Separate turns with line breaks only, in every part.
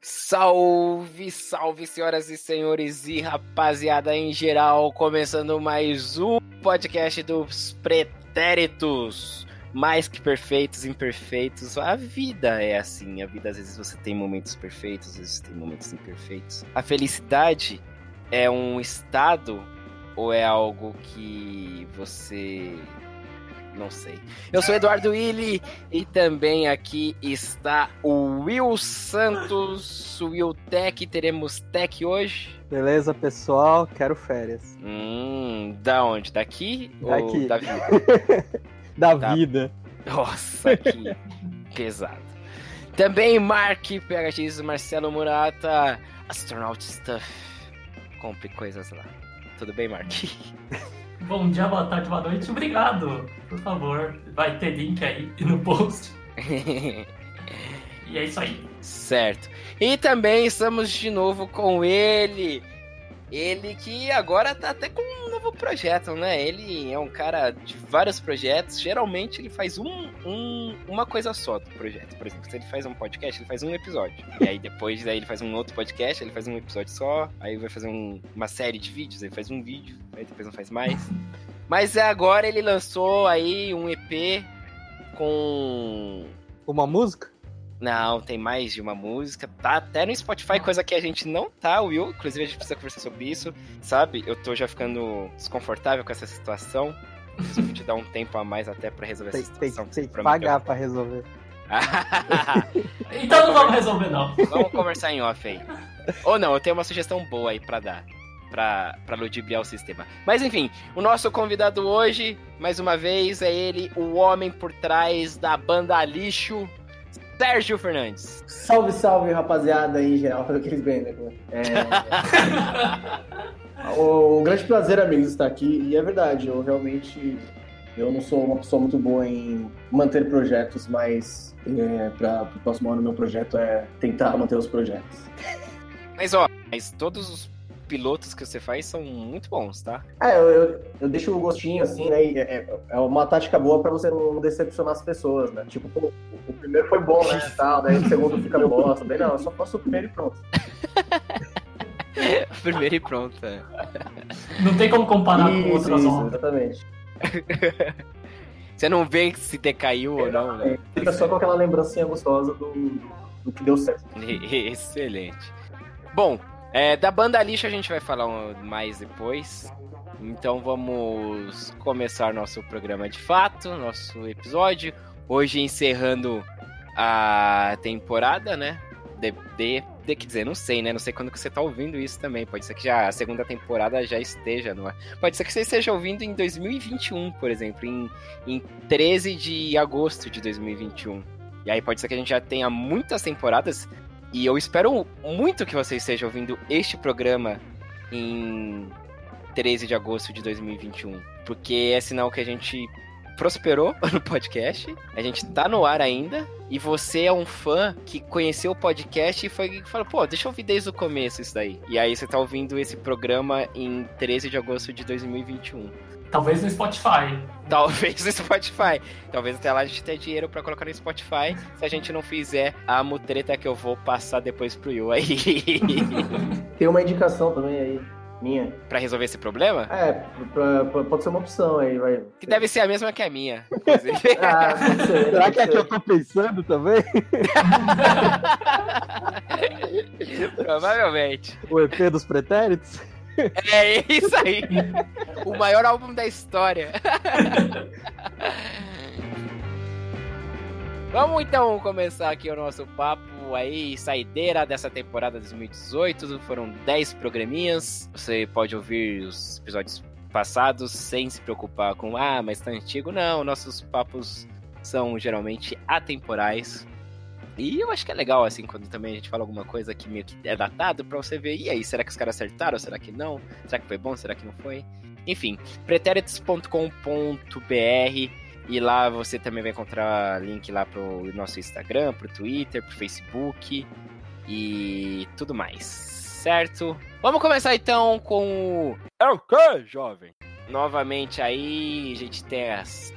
Salve, salve, senhoras e senhores e rapaziada em geral, começando mais um podcast dos Pretéritos. Mais que perfeitos, imperfeitos, a vida é assim. A vida às vezes você tem momentos perfeitos, às vezes tem momentos imperfeitos. A felicidade é um estado ou é algo que você não sei. Eu sou Eduardo Willi e também aqui está o Will Santos, o Will Tech. Teremos Tech hoje.
Beleza, pessoal? Quero férias.
Hum, da onde? Daqui?
Daqui.
Ou da vida?
Da
Tá.
vida.
Nossa, que pesado. Também Mark, PHX, Marcelo Murata, Astronaut Stuff. Compre coisas lá. Tudo bem, Mark?
Bom dia, boa tarde, boa noite. Obrigado. Por favor, vai ter link aí no post. E é isso aí.
Certo. E também estamos de novo com ele. Ele que agora tá até com um novo projeto, né? Ele é um cara de vários projetos. Geralmente ele faz um, um- uma coisa só do projeto. Por exemplo, se ele faz um podcast, ele faz um episódio. E aí depois daí ele faz um outro podcast, ele faz um episódio só. Aí vai fazer um- uma série de vídeos, aí faz um vídeo, aí depois não faz mais. Mas é agora ele lançou aí um EP com
Uma música?
não, tem mais de uma música. Tá até no Spotify, coisa que a gente não tá, Will. Inclusive, a gente precisa conversar sobre isso. Sabe? Eu tô já ficando desconfortável com essa situação. Preciso te dar um tempo a mais até pra resolver
Tem,
essa
tem-
situação.
tem que
prometeu.
pagar pra resolver.
Então não vamos resolver, não.
Vamos conversar em off aí. Ou não, eu tenho uma sugestão boa aí pra dar. Pra, pra ludibriar o sistema. Mas enfim, o nosso convidado hoje, mais uma vez, é ele, o homem por trás da banda lixo, Sérgio Fernandes.
Salve, salve, rapaziada aí, em geral, pelo Chris Bender. mano. né, É... o, o grande prazer, amigos, estar aqui. E é verdade, eu realmente eu não sou uma pessoa muito boa em manter projetos, mas é, para o próximo ano meu projeto é tentar manter os projetos.
Mas ó, mas todos os pilotos que você faz são muito bons, tá?
É, eu, eu, eu deixo o gostinho assim, né? e É, é- é uma tática boa pra você não decepcionar as pessoas, né? Tipo, pô, o primeiro foi bom, né? Tal, daí o segundo fica bosta. Daí não, eu só faço o primeiro e pronto.
Primeiro e pronto. é.
Não tem como comparar com
Isso,
outras
isso,
obras.
exatamente.
Você não vê se decaiu ou não, né?
Fica só com aquela lembrancinha gostosa do, do que deu certo.
Excelente. Bom, é, da banda lixo a gente vai falar um- mais depois. Então vamos começar nosso programa de fato, nosso episódio. Hoje encerrando a temporada, né? De, de, de- quer dizer, não sei, né? Não sei quando que você tá ouvindo isso também. Pode ser que já a segunda temporada já esteja no ar. Pode ser que você esteja ouvindo em 2021, por exemplo, em, em 13 de agosto de 2021. E aí pode ser que a gente já tenha muitas temporadas. E eu espero muito que você esteja ouvindo este programa em 13 de agosto de 2021. Porque é sinal que a gente prosperou no podcast. A gente tá no ar ainda. E você é um fã que conheceu o podcast e foi e falou, pô, deixa eu ouvir desde o começo isso daí. E aí você tá ouvindo esse programa em 13 de agosto de 2021.
Talvez no Spotify.
Talvez no Spotify. Talvez até lá a gente tenha dinheiro pra colocar no Spotify. Se a gente não fizer a mutreta que eu vou passar depois pro Yu aí.
Tem uma indicação também aí, minha.
pra resolver esse problema?
É, pra- pra- pode ser uma opção aí, vai.
Que deve ser a mesma que a minha. inclusive.
Ah, pode ser.
Será
pode
que é que
ser.
eu tô pensando também?
Provavelmente.
O EP dos pretéritos?
É isso aí. o maior álbum da história. Vamos então começar aqui o nosso papo aí, saideira dessa temporada 2018. Foram 10 programinhas. Você pode ouvir os episódios passados sem se preocupar com, ah, mas tá antigo. Não, nossos papos são geralmente atemporais. E eu acho que é legal, assim, quando também a gente fala alguma coisa que meio que é datado pra você ver, e aí, será que os caras acertaram? Será que não? Será que foi bom? Será que não foi? Enfim, pretéritos.com.br e lá você também vai encontrar link lá pro nosso Instagram, pro Twitter, pro Facebook e tudo mais, certo? Vamos começar então com o É o que, jovem? Novamente aí, a gente tem as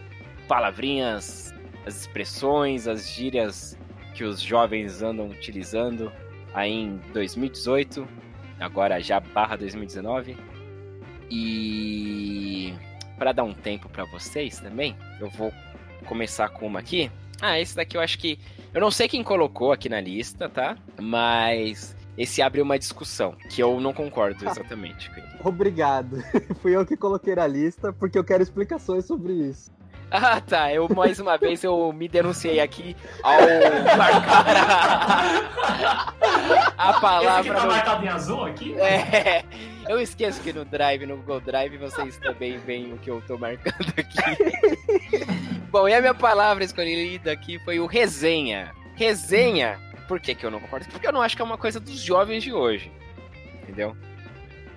palavrinhas, as expressões, as gírias que os jovens andam utilizando aí em 2018, agora já barra 2019. E para dar um tempo para vocês também, eu vou começar com uma aqui. Ah, esse daqui eu acho que. Eu não sei quem colocou aqui na lista, tá? Mas esse abre uma discussão que eu não
Ah.
concordo exatamente com ele.
Obrigado. Fui eu que coloquei na lista, porque eu quero explicações sobre isso.
Ah, tá. Eu mais uma vez eu me denunciei aqui ao marcar a, a
Esse aqui
palavra
tá
no
marcado em azul aqui?
É, eu esqueço que no Drive, no Google Drive, vocês também veem o que eu tô marcando aqui. Bom, e a minha palavra escolhida aqui foi o resenha. Resenha, por que, que eu não concordo? Porque eu não acho que é uma coisa dos jovens de hoje. Entendeu?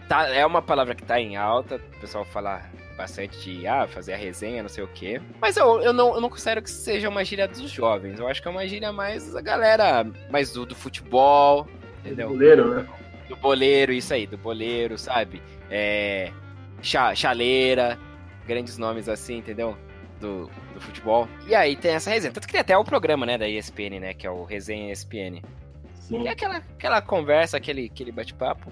Tá, é uma palavra que tá em alta, o pessoal fala bastante de ah, fazer a resenha, não sei o quê. Mas eu, eu, não, eu não considero que seja uma gíria dos jovens. Eu acho que é uma gíria mais a galera mais do, do futebol, entendeu?
Goleiro, né?
do boleiro, isso aí, do boleiro, sabe? É, cha- chaleira, grandes nomes assim, entendeu? Do, do futebol. E aí tem essa resenha. Tanto que tem até o programa, né, da ESPN, né? Que é o Resenha ESPN.
Sim.
E é aquela, aquela conversa, aquele, aquele bate-papo.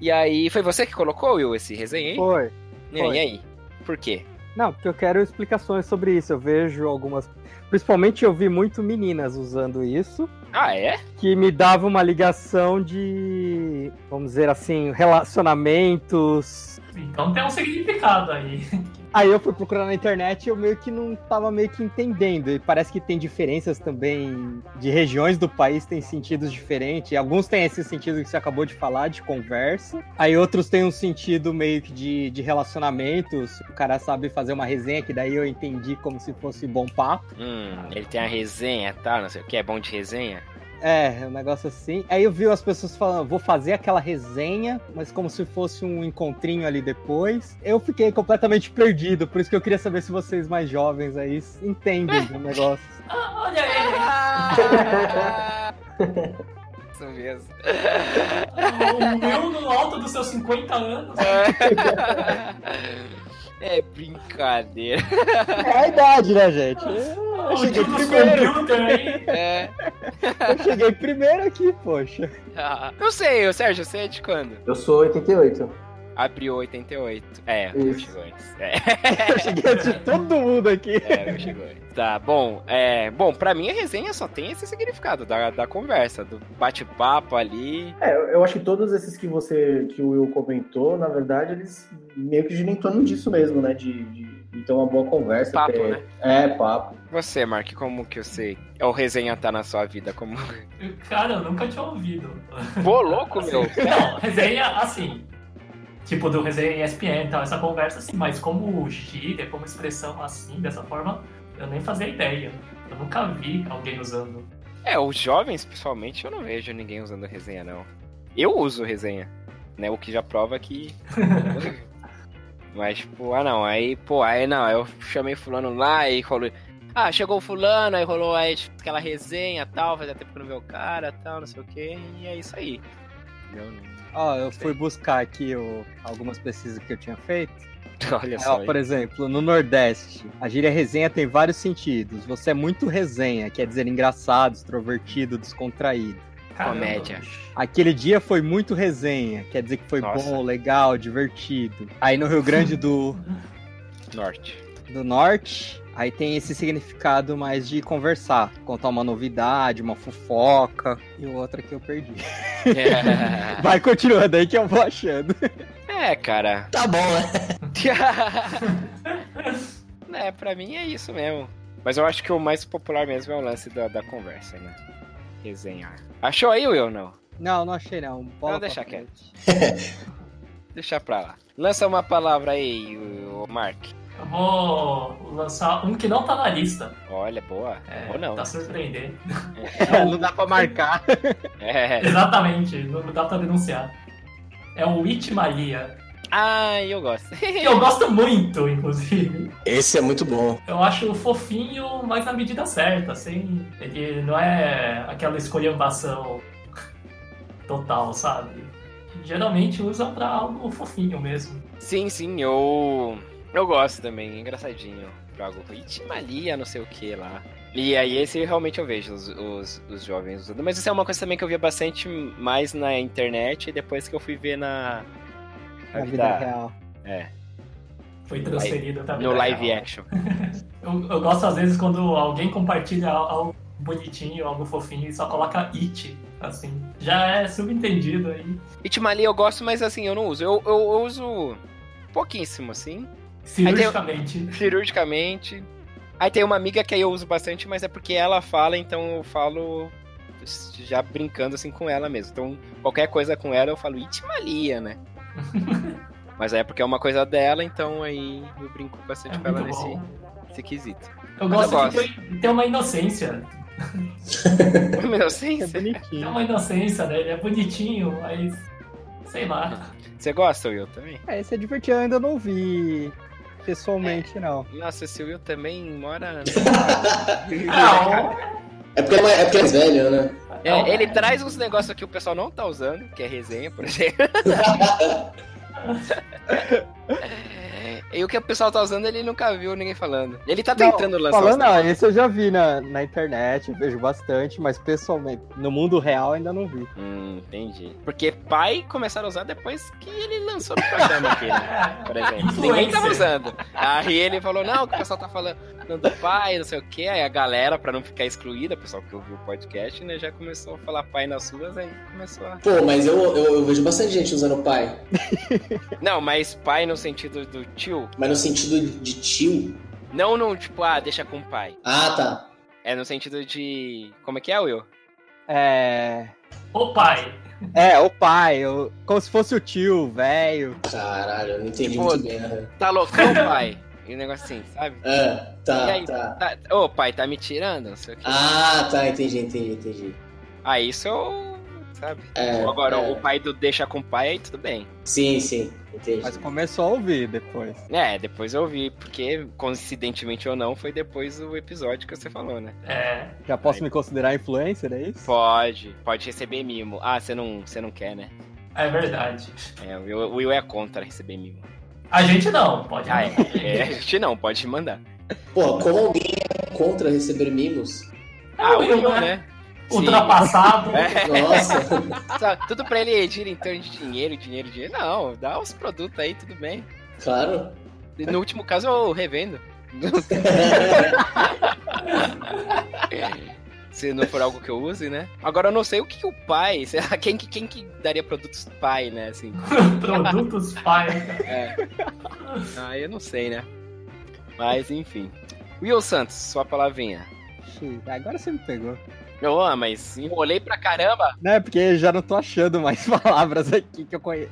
E aí, foi você que colocou, Will, esse resenha aí?
Foi.
e aí, e aí? Por quê?
Não, porque eu quero explicações sobre isso. Eu vejo algumas. Principalmente eu vi muito meninas usando isso.
Ah, é?
que me dava uma ligação de, vamos dizer assim, relacionamentos.
Então tem um significado aí.
Aí eu fui procurar na internet e eu meio que não tava meio que entendendo. E parece que tem diferenças também de regiões do país, tem sentidos diferentes. E alguns têm esse sentido que você acabou de falar, de conversa. Aí outros têm um sentido meio que de, de relacionamentos. O cara sabe fazer uma resenha, que daí eu entendi como se fosse bom papo.
Hum, ele tem a resenha, tá? Não sei o que, é bom de resenha?
É, um negócio assim. Aí eu vi as pessoas falando, vou fazer aquela resenha, mas como se fosse um encontrinho ali depois. Eu fiquei completamente perdido, por isso que eu queria saber se vocês mais jovens aí entendem do negócio.
Ah, olha ele.
Isso mesmo.
O meu no alto dos seus 50 anos.
É brincadeira.
É a idade, né, gente? Eu
o
cheguei
tio dos
primeiro,
computer aí.
É.
eu cheguei primeiro aqui, poxa.
Ah, Não sei, ô, Sérgio, você é de quando?
Eu sou 88.
Abriu 88. É, eu
Isso.
chegou antes. É,
Eu cheguei de todo mundo aqui.
é, eu chegou antes. Tá, bom. É, bom, pra mim a resenha só tem esse significado da, da conversa, do bate-papo ali.
É, eu- eu acho que todos esses que você, que o Will comentou, na verdade, eles meio que giram em torno disso mesmo, né? De, de, de ter uma boa conversa.
Papo,
ter-
né?
É, papo.
Você, Mark, como que você. O resenha tá na sua vida? Como.
Cara, eu nunca tinha ouvido.
Pô, louco, meu!
Não, resenha assim. Tipo, do resenha ESPN e tal, essa conversa assim, mas como gíria, né, como expressão assim, dessa forma, eu nem fazia ideia. Eu nunca vi alguém usando.
É, os jovens, principalmente, eu não vejo ninguém usando resenha, não. Eu uso resenha, né? O que já prova que. Mas, tipo, ah não, aí, pô, aí não, eu chamei fulano lá e rolou. Ah, chegou o fulano, aí rolou aí, tipo, aquela resenha tal, fazia tempo que eu não vi o cara tal, não sei o que, e é isso aí. Entendeu?
Ó, eu fui buscar aqui o- algumas pesquisas que eu tinha feito.
Olha
É,
só.
ó,
aí.
por exemplo, no Nordeste, a gíria resenha tem vários sentidos. Você é muito resenha, quer dizer engraçado, extrovertido, descontraído.
Caramba,
Comédia.
bicho.
Aquele dia foi muito resenha, quer dizer que foi
Nossa.
bom, legal, divertido. Aí no Rio Grande do,
Norte.
do Norte, aí tem esse significado mais de conversar, contar uma novidade, uma fofoca. E outra que eu perdi. Vai continuando aí que eu vou achando.
é, cara.
Tá bom, né?
é, pra mim é isso mesmo. Mas eu acho que o mais popular mesmo é o lance da, da conversa, né? Resenhar. Achou aí, Will, não?
Não, não achei não.
Então
Bola pra
deixa
frente.
quieto. Deixa pra lá. Lança uma palavra aí, o Mark.
Eu vou lançar um que não tá na lista.
Olha, boa.
É,
Ou não.
Tá surpreendendo.
É, não dá pra marcar.
É.
Exatamente, não dá pra denunciar. É o Itmalia.
Ah, eu gosto.
Que eu gosto muito, inclusive.
Esse é muito bom.
Eu acho fofinho, mas na medida certa, assim. Ele não é aquela escolhambação total, sabe? Geralmente usa pra algo fofinho mesmo.
Sim, sim, eu. Eu gosto também, engraçadinho. Pra algo. Itimalia, não sei o que lá. E aí esse realmente eu vejo os, os, os jovens usando. Mas isso é uma coisa também que eu via bastante mais na internet e depois que eu fui ver na,
Na vida real.
É,
Foi transferido também.
no live action.
Eu, eu gosto às vezes quando alguém compartilha al- algo bonitinho, algo fofinho e só coloca it, assim. Já é subentendido aí.
Itimali eu gosto, mas assim, eu não uso. Eu, eu, eu uso pouquíssimo, assim.
Cirurgicamente.
Cirurgicamente. Aí tem uma amiga que aí eu uso bastante, mas é porque ela fala, então eu falo já brincando assim com ela mesmo. Então, qualquer coisa com ela eu falo Itimalia, né? mas aí é porque é uma coisa dela, então aí eu brinco bastante
É
com ela
muito
nesse,
bom.
nesse quesito.
Eu
Mas
gosto
eu
de ter- ter uma inocência.
Meu, sim,
É
você-
Tem
bonitinho.
uma inocência, né? Ele é bonitinho, mas. Sei lá.
você gosta, Will, também?
É, esse é divertido, eu ainda não vi pessoalmente, não.
Nossa, esse Will também mora...
Não,
É porque é, mais- é porque é velho, né?
É, ele traz uns negócios que o pessoal não tá usando, que é resenha, por exemplo. e o que o pessoal tá usando, ele nunca viu ninguém falando. Ele tá
Não,
tentando lançar.
Falando,
os
não, esse eu já vi na, na internet, eu vejo bastante, mas pessoalmente, no mundo real ainda não vi.
Hum, entendi. Porque pai começaram a usar depois que ele lançou no programa aqui, né?
é,
Por exemplo. Ninguém tava
Influencer.
usando. Aí ele falou, não, que o pessoal tá falando do pai, não sei o quê. Aí a galera, pra não ficar excluída, o pessoal que ouviu o podcast, né, já começou a falar pai nas ruas, aí começou a
Pô, mas eu, eu, eu vejo bastante gente usando pai.
Não, mas pai no sentido do tio.
Mas no sentido de tio.
Não, não, tipo, ah, deixa com o pai.
Ah, tá.
É no sentido de. Como é que é, Will?
É.
Ô pai,
É, o pai, o- como se fosse o tio, o velho.
Caralho, eu não entendi
Tipo,
muito bem. né?
Tá loucão, pai? E um negócio assim, sabe?
Ah,
E
tá,
aí?
tá.
Tá- Ô, pai, tá me tirando? Não sei o quê.
Ah, tá, entendi, entendi, entendi.
Ah, isso eu. Sabe?
É,
Agora,
é.
o pai do deixa com o pai, aí tudo bem.
Sim, sim, entendi.
Mas começou a ouvir depois.
É, depois eu vi, porque, coincidentemente ou não, foi depois do episódio que você falou, né?
é,
Já posso me considerar influencer, é isso?
Pode, pode receber mimo. Ah, você não, você não quer, né?
é verdade.
É, o Will, o Will é contra receber mimo.
A gente não, pode.
Ah, é. é a gente não, pode mandar.
Pô, como alguém é contra receber mimos?
Ah, o
eu,
Will,
né?
né?
Ultrapassado.
É.
Nossa.
Sabe, tudo pra ele gira em torno de dinheiro, dinheiro, dinheiro. Não, dá os produtos aí, tudo bem.
claro.
E No último caso, eu revendo. Se não for algo que eu use, né? Agora eu não sei o que que o pai. sei lá, Quem que, quem que daria produtos pai, né? Assim,
Produtos pai. cara.
é. Ah, eu não sei, né? Mas enfim. Will Santos, sua palavrinha.
Ixi, agora você me pegou.
Ô, ah, mas enrolei pra caramba.
Né, porque eu já não tô achando mais palavras aqui que eu conheço.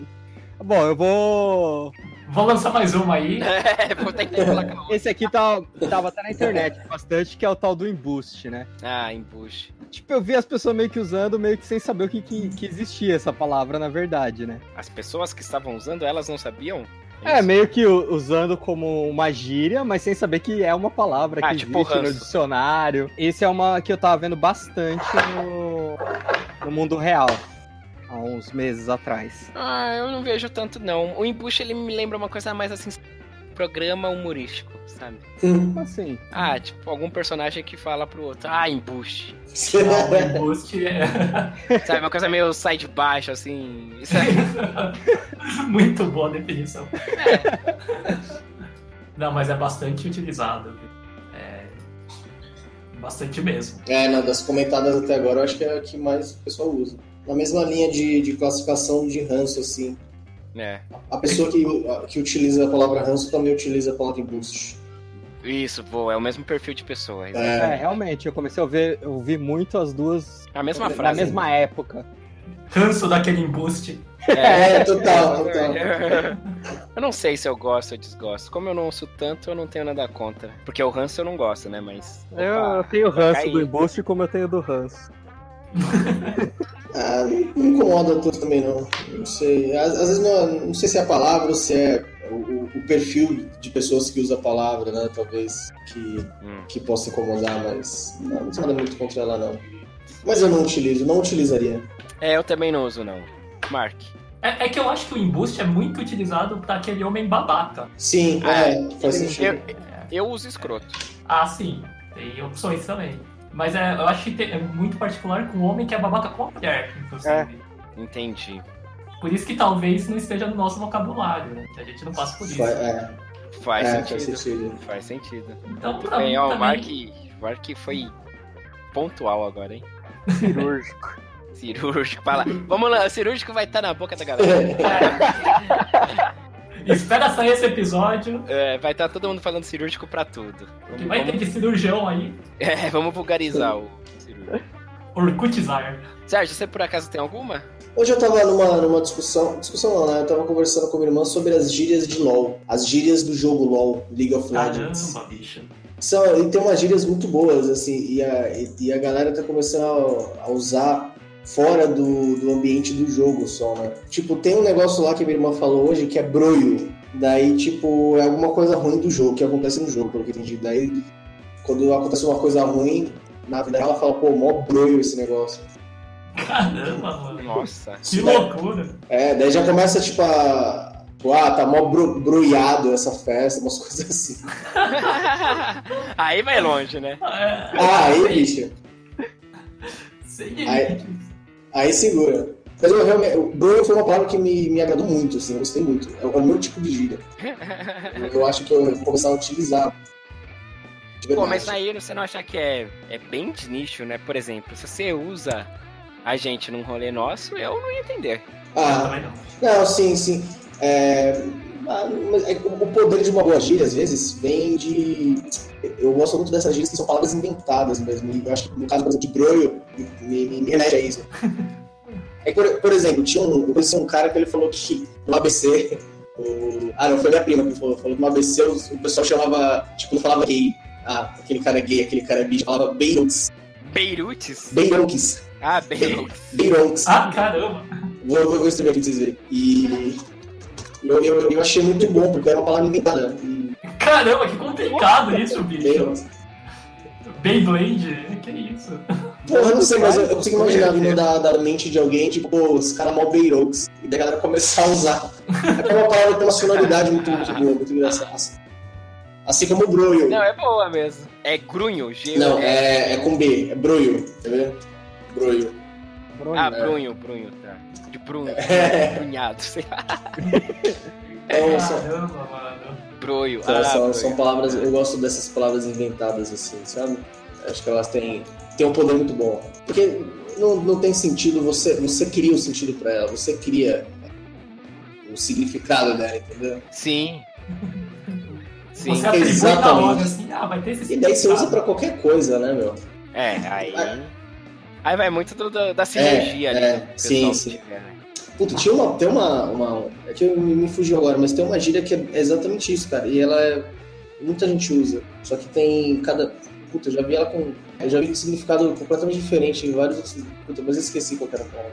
Bom, eu vou.
Vou lançar mais uma aí.
É, vou tentar enrolar com a outra.
Esse aqui tá, tava até na internet bastante, que é o tal do embuste, né?
Ah, embuste.
Tipo, eu vi as pessoas meio que usando, meio que sem saber o que, que, que existia essa palavra, na verdade, né?
As pessoas que estavam usando, elas não sabiam?
É,
isso?
meio que u- usando como uma gíria, mas sem saber que é uma palavra
Ah,
que
tipo
existe no
ranço.
dicionário. Esse é uma que eu tava vendo bastante no, no mundo real, há uns meses atrás.
Ah, eu não vejo tanto não. O embuste ele me lembra uma coisa mais assim, programa humorístico, sabe?
Como assim?
Ah, tipo, algum personagem que fala pro outro, ah, embuste.
Não, o embuste é
Sabe, uma coisa meio sai de baixo, assim. sabe?
muito boa a definição. Não, mas é bastante utilizado. É, Bastante mesmo.
É, não, das comentadas até agora, eu acho que é a que mais o pessoal usa. Na mesma linha de, de classificação de ranço, assim.
É.
A pessoa que, que utiliza a palavra ranço também utiliza a palavra embuste.
Isso, pô, é o mesmo perfil de pessoa. exato.
É,
É,
realmente, eu comecei a ver, eu vi muito as duas
A mesma
Na
na
frase.
É, mesma época.
Canso daquele embuste.
é total, total.
Eu não sei se eu gosto ou desgosto. Como eu não uso tanto, eu não tenho nada contra. Porque o ranço eu não gosto, né? Mas.
eu
Opa.
tenho ranço
Aí.
do embuste como eu tenho do ranço.
Ah, não não incomoda tanto também, não. Não sei. Às, às vezes, não, não sei se é a palavra ou se é o, o perfil de pessoas que usa a palavra, né? Talvez que,
Hum.
que possa incomodar, mas não, não tem nada muito contra ela, não. Mas eu não utilizo, não utilizaria.
É, eu também não uso, não. Mark.
É, é que eu acho que o embuste é muito utilizado para aquele homem babaca.
Sim,
Ah,
é, faz sentido.
Eu uso escroto.
Ah, sim. tem opções também. Mas é, eu acho que tem- é muito particular com o homem que é babaca com a mulher, inclusive.
É. Entendi.
Por isso que talvez não esteja no nosso vocabulário, né? Que a gente não passa por isso.
Fa- É,
Faz
é, faz
sentido.
sentido.
Faz sentido.
Então,
Muito
pra mim,
bem, ó, o
também-
Mark, o Mark foi pontual agora, hein?
Cirúrgico.
Cirúrgico, fala. Vamos lá, o cirúrgico vai estar na boca da galera.
Espera sair esse episódio,
É, vai estar todo mundo falando cirúrgico pra tudo. Vamos,
que vai ter
vamos-
de cirurgião aí,
é, vamos vulgarizar o cirúrgico.
orcutizar.
Sérgio, você por acaso tem alguma?
Hoje eu tava numa, numa discussão, discussão não, né? Eu tava conversando com minha irmã sobre as gírias de LoL, as gírias do jogo LoL, League of Legends.
Caramba, bicho.
São, e tem umas gírias muito boas, assim, e a, e, e a galera tá começando a, a usar fora do, do ambiente do jogo só, né? Tipo, tem um negócio lá que minha irmã falou hoje que é broio. Daí, tipo, é alguma coisa ruim do jogo, que acontece no jogo, pelo que eu entendi. Daí, quando acontece uma coisa ruim, na vida real ela fala, pô, mó broio esse negócio.
Caramba, mano.
Nossa.
Que
Daí-
loucura.
É, daí já começa, tipo, a... Tipo, ah, tá mó bru, bruiado essa festa, umas coisas assim.
Aí vai longe, né?
É,
Ah, aí,
sei-
bicho,
sei-
Aí- aí segura. Mas eu realmente, o bruio foi uma palavra que me, me agradou muito, assim, eu gostei muito. É o meu tipo de gíria. Eu acho que eu vou começar a utilizar. De
Pô,
verdade.
mas aí você não acha que é, é bem de nicho, né? Por exemplo, se você usa a gente num rolê nosso, eu não ia entender.
Eu
Ah,
também não.
não, sim, sim. É, ah, mas é que o poder de uma boa gíria, às vezes, vem de. Eu gosto muito dessas gírias que são palavras inventadas mesmo. E eu acho que no caso, por exemplo, de broio, me, me, me remete a isso. É que, por, por exemplo, tinha um, eu conheci um cara que ele falou que no ABC. o- ah, não, foi minha prima que falou. Falou que no ABC os- o pessoal chamava. Tipo, não falava gay. Ah, aquele cara é gay, aquele cara é bicho. Falava beironx.
Beirutes?
Beironx.
Ah, Beirutes.
Beironx.
Ah, caramba.
Vou, vou, vou escrever aqui pra vocês verem. E eu, eu, eu achei muito bom, porque era uma palavra inventada. né? E
Caramba, que complicado isso,
bem,
bicho. Beyblade? Que isso?
porra, eu não sei, mas eu, eu consigo imaginar vindo da, da mente de alguém, tipo, pô, os caras mal beirox, e da galera começar a usar. É uma palavra que tem uma sonoridade muito, muito boa, muito engraçada. Assim como o broio.
Não, é boa mesmo. É grunho, G.
Não, é, é com B, é broio, tá vendo? Broio.
Ah,
Brony.
brunho, brunho, tá. De brunho,
É.
brunhado, sei lá. É,
Então, são,
Caramba, mano.
Broio.
são,
ah,
são,
broio.
são palavras, eu gosto dessas palavras inventadas, assim, sabe? Acho que elas têm, têm um poder muito bom. Porque não, não tem sentido, você, você cria o sentido pra ela, você cria o significado dela, entendeu?
Sim. Sim.
Você atribui
exatamente.
na hora, assim, ah, vai ter esse
E daí você usa
significado.
pra qualquer coisa, né, meu?
É, aí.
É.
Aí vai muito do- do- da sinergia
É,
ali.
é,
do pessoal
sim,
que
sim.
tiver, né?
Puta, tinha uma, tem uma, uma. É que me, me fugiu agora, mas tem uma gíria que é exatamente isso, cara. E ela é. Muita gente usa. Só que tem cada. Puta, eu já vi ela com. Eu já vi um significado completamente diferente em vários outros. Puta, mas eu esqueci qual que era a palavra.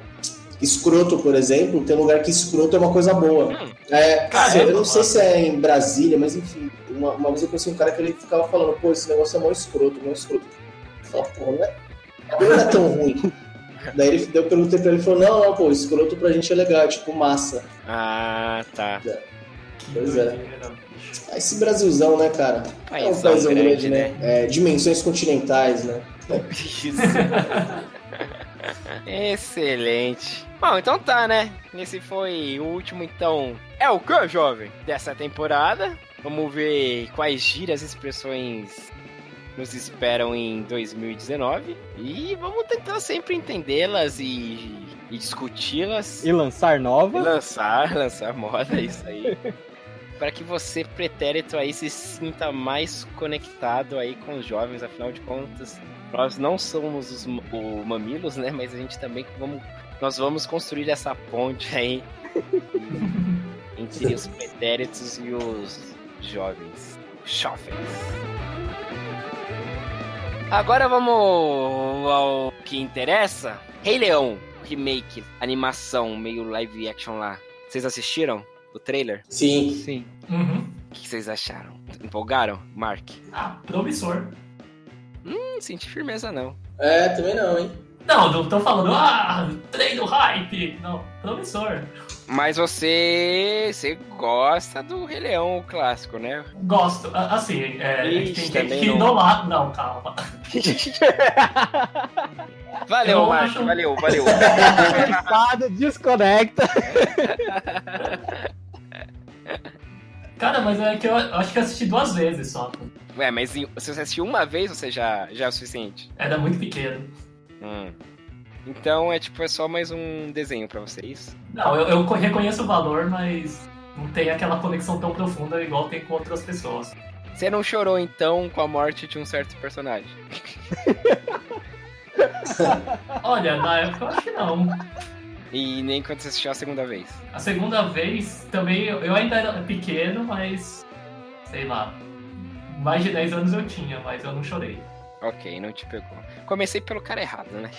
Escroto, por exemplo, tem lugar que escroto é uma coisa boa.
Hum.
É,
Caramba,
eu não sei
mano.
se é em Brasília, mas enfim. Uma, uma vez eu conheci um cara que ele ficava falando, pô, esse negócio é mó escroto, mó escroto. Eu falava, pô, não é, não é tão ruim. Daí ele, daí eu perguntei pra ele, ele falou, não, não, pô, escroto pra gente é legal, é tipo massa.
Ah, tá.
Que
Pois é.
doideira, bicho.
Ah, Esse Brasilzão, né, cara? É um
Paizão
país grande,
grande,
né?
né?
É, dimensões continentais, né?
Isso. Excelente. Bom, então tá, né? Esse foi o último, então. É o que, jovem? Dessa temporada. Vamos ver quais gírias e expressões nos esperam em 2019. E vamos tentar sempre entendê-las e, e discuti-las.
E lançar
E
nova.
lançar, lançar moda, é isso aí. Para que você, pretérito aí, se sinta mais conectado aí com os jovens, afinal de contas, nós não somos os m- o mamilos, né? Mas a gente também vamos, nós vamos construir essa ponte aí entre os pretéritos e os jovens. Jovens. Agora vamos ao que interessa. Rei Leão, remake, animação, meio live action lá. Vocês assistiram o trailer?
Sim.
Sim.
Uhum.
O que vocês acharam? Empolgaram? Mark?
Ah, promissor.
Não senti firmeza, não.
É, também não, hein?
Não, não tô falando, ah, treino hype. Não, promissor.
Mas você. Você gosta do Rei Leão clássico, né?
Gosto. A- Assim, é,
Ixi,
tem gente
também
que
não.
idolatra. Não, calma.
Valeu,
Eu
macho,
acho-
valeu, valeu.
Conectado, desconecta.
Cara, mas é que eu, eu acho que eu assisti duas vezes só.
Ué, mas em- se você assistiu uma vez, você já, já é o suficiente.
Era muito pequeno.
Hum. Então é tipo, é só mais um desenho pra vocês.
Não, eu, eu co- reconheço o valor, mas não tem aquela conexão tão profunda igual tem com outras pessoas.
Você não chorou então com a morte de um certo personagem?
Olha, na época eu acho que não.
E nem quando você assistiu a segunda vez.
A segunda vez também eu eu ainda era pequeno, mas sei lá. Mais de 10 anos eu tinha, mas eu não chorei.
Ok, não te pegou. Comecei pelo cara errado, né?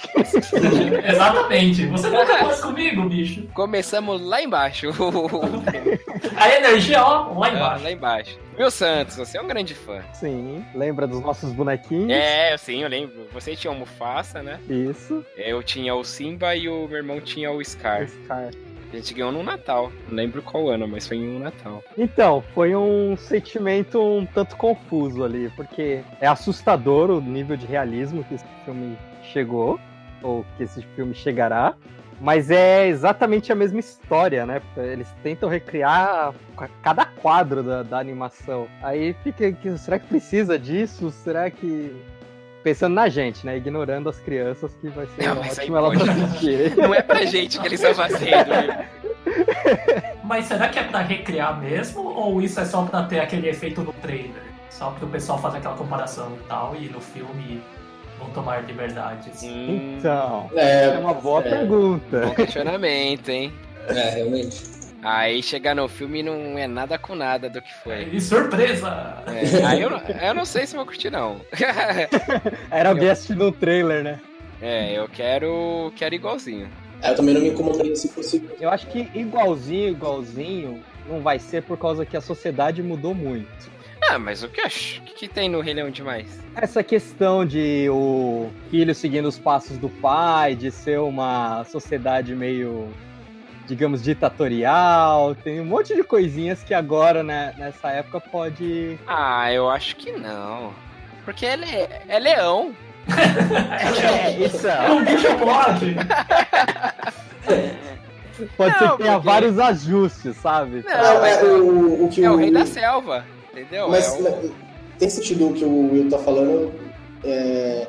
Exatamente. Você não mais comigo, bicho.
Começamos lá embaixo.
A energia, ó, lá
Ah,
embaixo.
lá embaixo. Meu Santos, você é um grande fã.
Sim, lembra dos nossos bonequinhos?
É, eu sim, eu lembro. Você tinha o Mufasa, né?
Isso.
Eu tinha o Simba e o meu irmão tinha o Scar.
Scar.
A gente ganhou num Natal. Não lembro qual ano, mas foi em um Natal.
Então, foi um sentimento um tanto confuso ali, porque é assustador o nível de realismo que esse filme chegou, ou que esse filme chegará, mas é exatamente a mesma história, né? Eles tentam recriar ca- cada quadro da, da animação. Aí fica, que- será que precisa disso? Será que... Pensando na gente, né? Ignorando as crianças, que vai ser
Não, mas aí
ótimo elas
pode.
assistirem.
Não é pra gente que eles estão fazendo. né? viu?
Mas será que é pra recriar mesmo? Ou isso é só pra ter aquele efeito no trailer? Só pro pessoal fazer aquela comparação e tal, e no filme não tomar liberdades.
Hum,
Então,
É,
é uma boa
é.
pergunta.
bom questionamento, hein?
é, realmente.
Aí chegar no filme não é nada com nada do que foi.
E surpresa!
É, aí eu, não- eu não sei se eu vou curtir, não.
Era alguém assistindo o trailer, né?
É, eu quero. quero igualzinho.
É, Eu também não me incomodaria se fosse.
Eu acho que igualzinho, igualzinho, não vai ser por causa que a sociedade mudou muito.
Ah, mas o que, acho- o que, que tem no Rei Leão demais?
Essa questão de o filho seguindo os passos do pai, de ser uma sociedade meio, digamos, ditatorial, tem um monte de coisinhas que agora, né, nessa época, pode.
Ah, eu acho que não. Porque ele é, é leão.
É, isso.
O bicho pode!
Pode ser
Não,
que tenha
porque-
vários ajustes, sabe?
Não,
Não,
mas-
é o, o que
É o
o.
rei da selva. Entendeu?
Mas
É o-
mas tem sentido o que o Will tá falando é,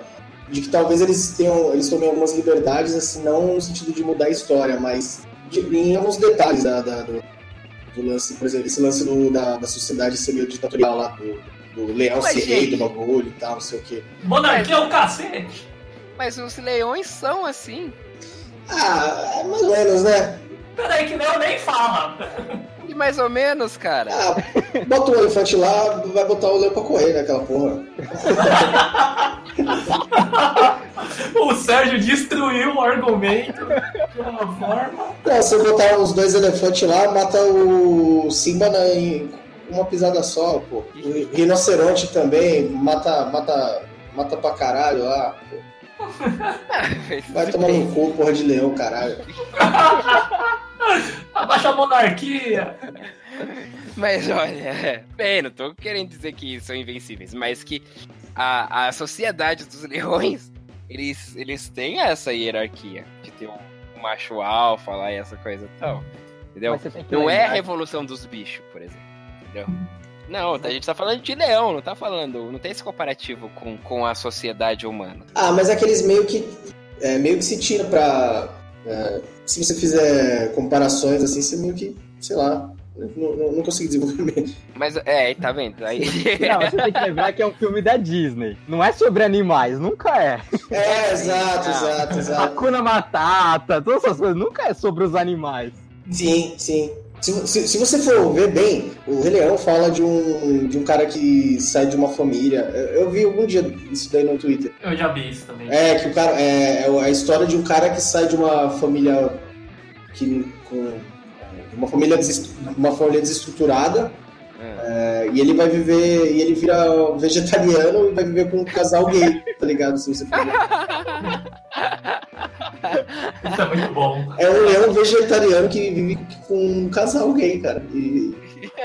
de que talvez eles tenham, eles tomem algumas liberdades, assim, não no sentido de mudar a história, mas de- em alguns detalhes da, da- do, do lance, por exemplo, esse lance do- da, da sociedade ser meio ditatorial lá, do, do leão
Mas,
ser rei
gente-
do bagulho e tal, não sei o quê.
Monarquia é o cacete!
Mas os leões são assim.
Ah, é mais ou menos, né?
Peraí, que Léo nem fala!
E mais ou menos, cara.
Ah, bota o elefante lá, vai botar o leão pra correr, né, aquela porra.
O Sérgio destruiu o argumento de uma forma.
Não, se eu botar os dois elefantes lá, mata o Simba na- em uma pisada só, pô. O rinoceronte também, mata, mata, mata pra caralho lá. pô. Ah, Vai tomar no cu, porra de leão, caralho.
Abaixa a monarquia!
Mas olha, bem, não tô querendo dizer que são invencíveis, mas que a, a sociedade dos leões, eles, eles têm essa hierarquia de ter um macho alfa lá e essa coisa e tal. Entendeu?
Mas você tem que
Não é a
lembrar
revolução dos bichos, por exemplo. Entendeu? Não, a gente tá falando de leão, não tá falando. Não tem esse comparativo com, com a sociedade humana.
Ah, mas é que eles meio que. é, meio que se tira pra. é, se você fizer comparações assim, você meio que, sei lá, não, não, não consegui desenvolver.
Mas é, tá vendo? Aí.
Não, você tem que lembrar que é um filme da Disney. Não é sobre animais, nunca é.
É, exato, exato, exato.
Hakuna Matata, todas essas coisas, nunca é sobre os animais.
Sim, sim. Se, se, se você for ver bem, o Rei Leão fala de um, de um cara que sai de uma família. Eu, eu vi algum dia isso daí no Twitter.
Eu já vi isso também.
É, que o cara. É, é a história de um cara que sai de uma família. Que, com, uma, família desest- uma família desestruturada É, e ele vai viver, e ele vira vegetariano e vai viver com um casal gay, tá ligado? Se você for ver.
Isso é muito bom.
É um leão vegetariano que vive com um casal gay, cara. E,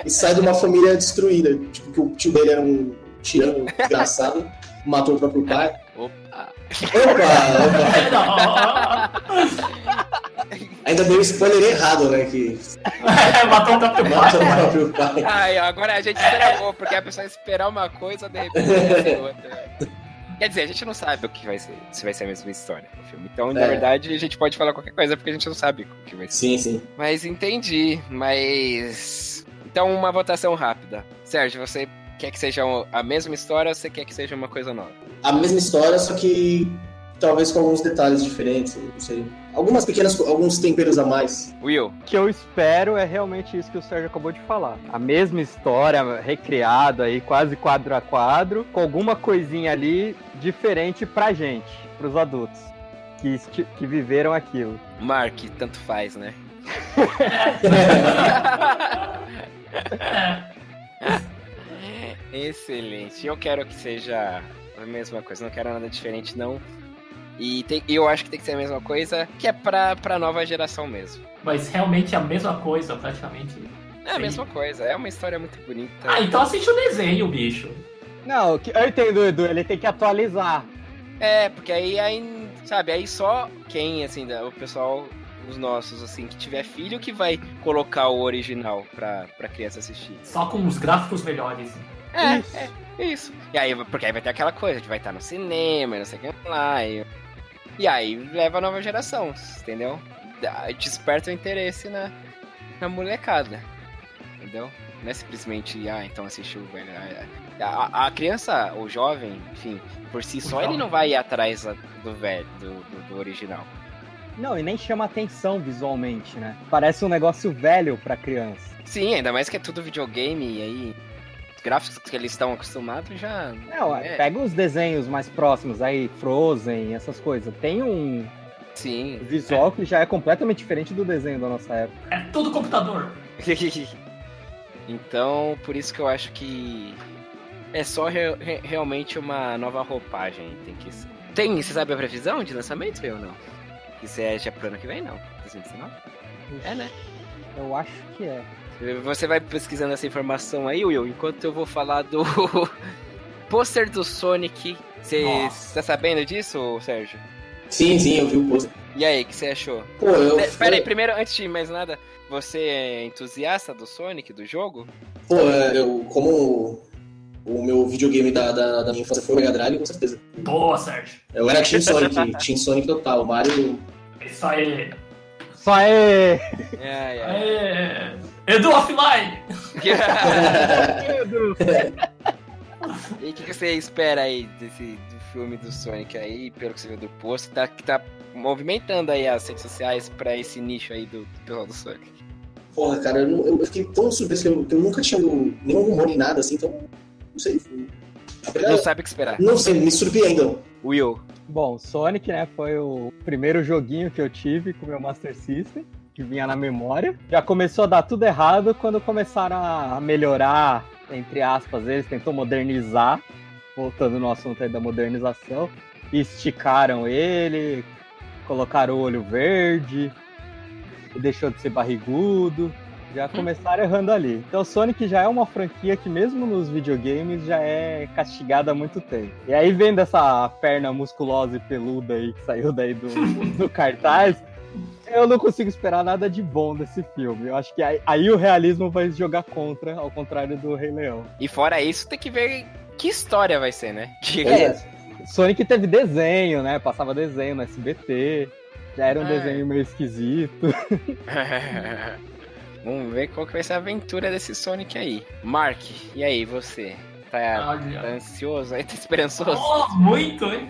e sai de uma família destruída. Tipo, que o tio dele era um tirano engraçado, matou o próprio pai.
Opa!
Opa! opa.
Não,
Ainda deu spoiler errado, né? Que
É, matou o próprio
matou o
pai.
próprio pai.
Ai, ó, agora a gente estragou, porque a pessoa esperar uma coisa, de repente vai ser outra. Quer dizer, a gente não sabe o que vai ser, se vai ser a mesma história do filme. Então, na
É.
verdade, a gente pode falar qualquer coisa, porque a gente não sabe o que vai ser.
Sim, sim.
Mas entendi, mas. Então, uma votação rápida. Sérgio, você quer que seja o- a mesma história ou você quer que seja uma coisa nova?
a mesma história, só que talvez com alguns detalhes diferentes, não sei. Algumas pequenas, co- alguns temperos a mais.
Will,
O que eu espero é realmente isso que o Sérgio acabou de falar. A mesma história recriada aí, quase quadro a quadro, com alguma coisinha ali diferente pra gente, pros adultos que, esti- que viveram aquilo.
Mark, tanto faz, né?
É,
Excelente. Eu quero que seja a mesma coisa. Não quero nada diferente, não. E tem- eu acho que tem que ser a mesma coisa, que é pra, pra nova geração mesmo.
mas realmente é a mesma coisa, praticamente.
É a
Sim.
mesma coisa. É uma história muito bonita.
Ah, então assiste o desenho, bicho.
Não, o que- eu entendo, Edu, ele tem que atualizar.
É, porque aí, aí, sabe, aí só quem, assim, da- o pessoal, os nossos, assim, que tiver filho, que vai colocar o original pra, pra criança assistir.
Só com os gráficos melhores.
É,
Isso.
é isso. E aí, porque aí vai ter aquela coisa, a gente vai estar no cinema, não sei o que lá. E, e aí leva a nova geração, entendeu? Dá- Desperta o interesse na, na molecada. Entendeu? Não é simplesmente, ah, então assistiu, velho. A, a- a criança, o jovem, enfim, por si só, ele
jovem.
não vai ir atrás a- do velho, do, do- do original.
Não, e nem chama atenção visualmente, né? Parece um negócio velho pra criança.
Sim, ainda mais que é tudo videogame, e aí os gráficos que eles estão acostumados já.
Não,
É.
pega os desenhos mais próximos aí, Frozen, essas coisas. Tem um
Sim.
visual que já é completamente diferente do desenho da nossa época.
É tudo computador.
então, por isso que eu acho que é só re- re- realmente uma nova roupagem. Tem que ser. Tem, você sabe a previsão de lançamento ou não? Isso é já pro ano que vem, não? 2019? É, né?
Eu acho que é.
Você vai pesquisando essa informação aí, Will, enquanto eu vou falar do pôster do Sonic. Você
Nossa.
tá sabendo disso, Sérgio?
Sim, sim, eu vi o post.
E aí, o que você achou?
Pô, eu.
Pe- Pera aí, primeiro, antes de mais nada, você é entusiasta do Sonic, do jogo?
Pô, é, eu, como o meu videogame da, da, da minha infância foi o Mega Drive, com certeza.
Boa, Sérgio.
Eu era Team Sonic, Team Sonic total. Mario.
É Isso aí.
Só é.
É, é.
É. Edu Offline!
E o que, que você espera aí desse do filme do Sonic aí, pelo que você viu do post, tá, que tá movimentando aí as redes sociais pra esse nicho aí do, do pessoal do Sonic?
Porra, cara, eu, não- eu- eu fiquei tão surpreso que eu, que eu nunca tinha lido nenhum rumor nem nada assim, então. Não sei.
Não sabe o que esperar.
Não sei, me surpreendam.
Will,
Bom, Sonic, né, foi o primeiro joguinho que eu tive com o meu Master System, que vinha na memória. Já começou a dar tudo errado quando começaram a melhorar, entre aspas, eles tentou modernizar, voltando no assunto aí da modernização, esticaram ele, colocaram o olho verde, e deixou de ser barrigudo. Já começaram errando ali. Então, Sonic já é uma franquia que, mesmo nos videogames, já é castigada há muito tempo. E aí, vendo essa perna musculosa e peluda aí que saiu daí do, do cartaz, eu não consigo esperar nada de bom desse filme. Eu acho que aí, aí o realismo vai jogar contra, ao contrário do Rei Leão.
e fora isso, tem que ver que história vai ser, né? Que-
É.
Sonic teve desenho, né? Passava desenho no SBT. Já era um
Ah.
desenho meio esquisito.
Vamos ver qual que vai ser a aventura desse Sonic aí. Mark, e aí, você? Tá, tá
Olha.
ansioso aí? Tá esperançoso?
Oh, muito, hein?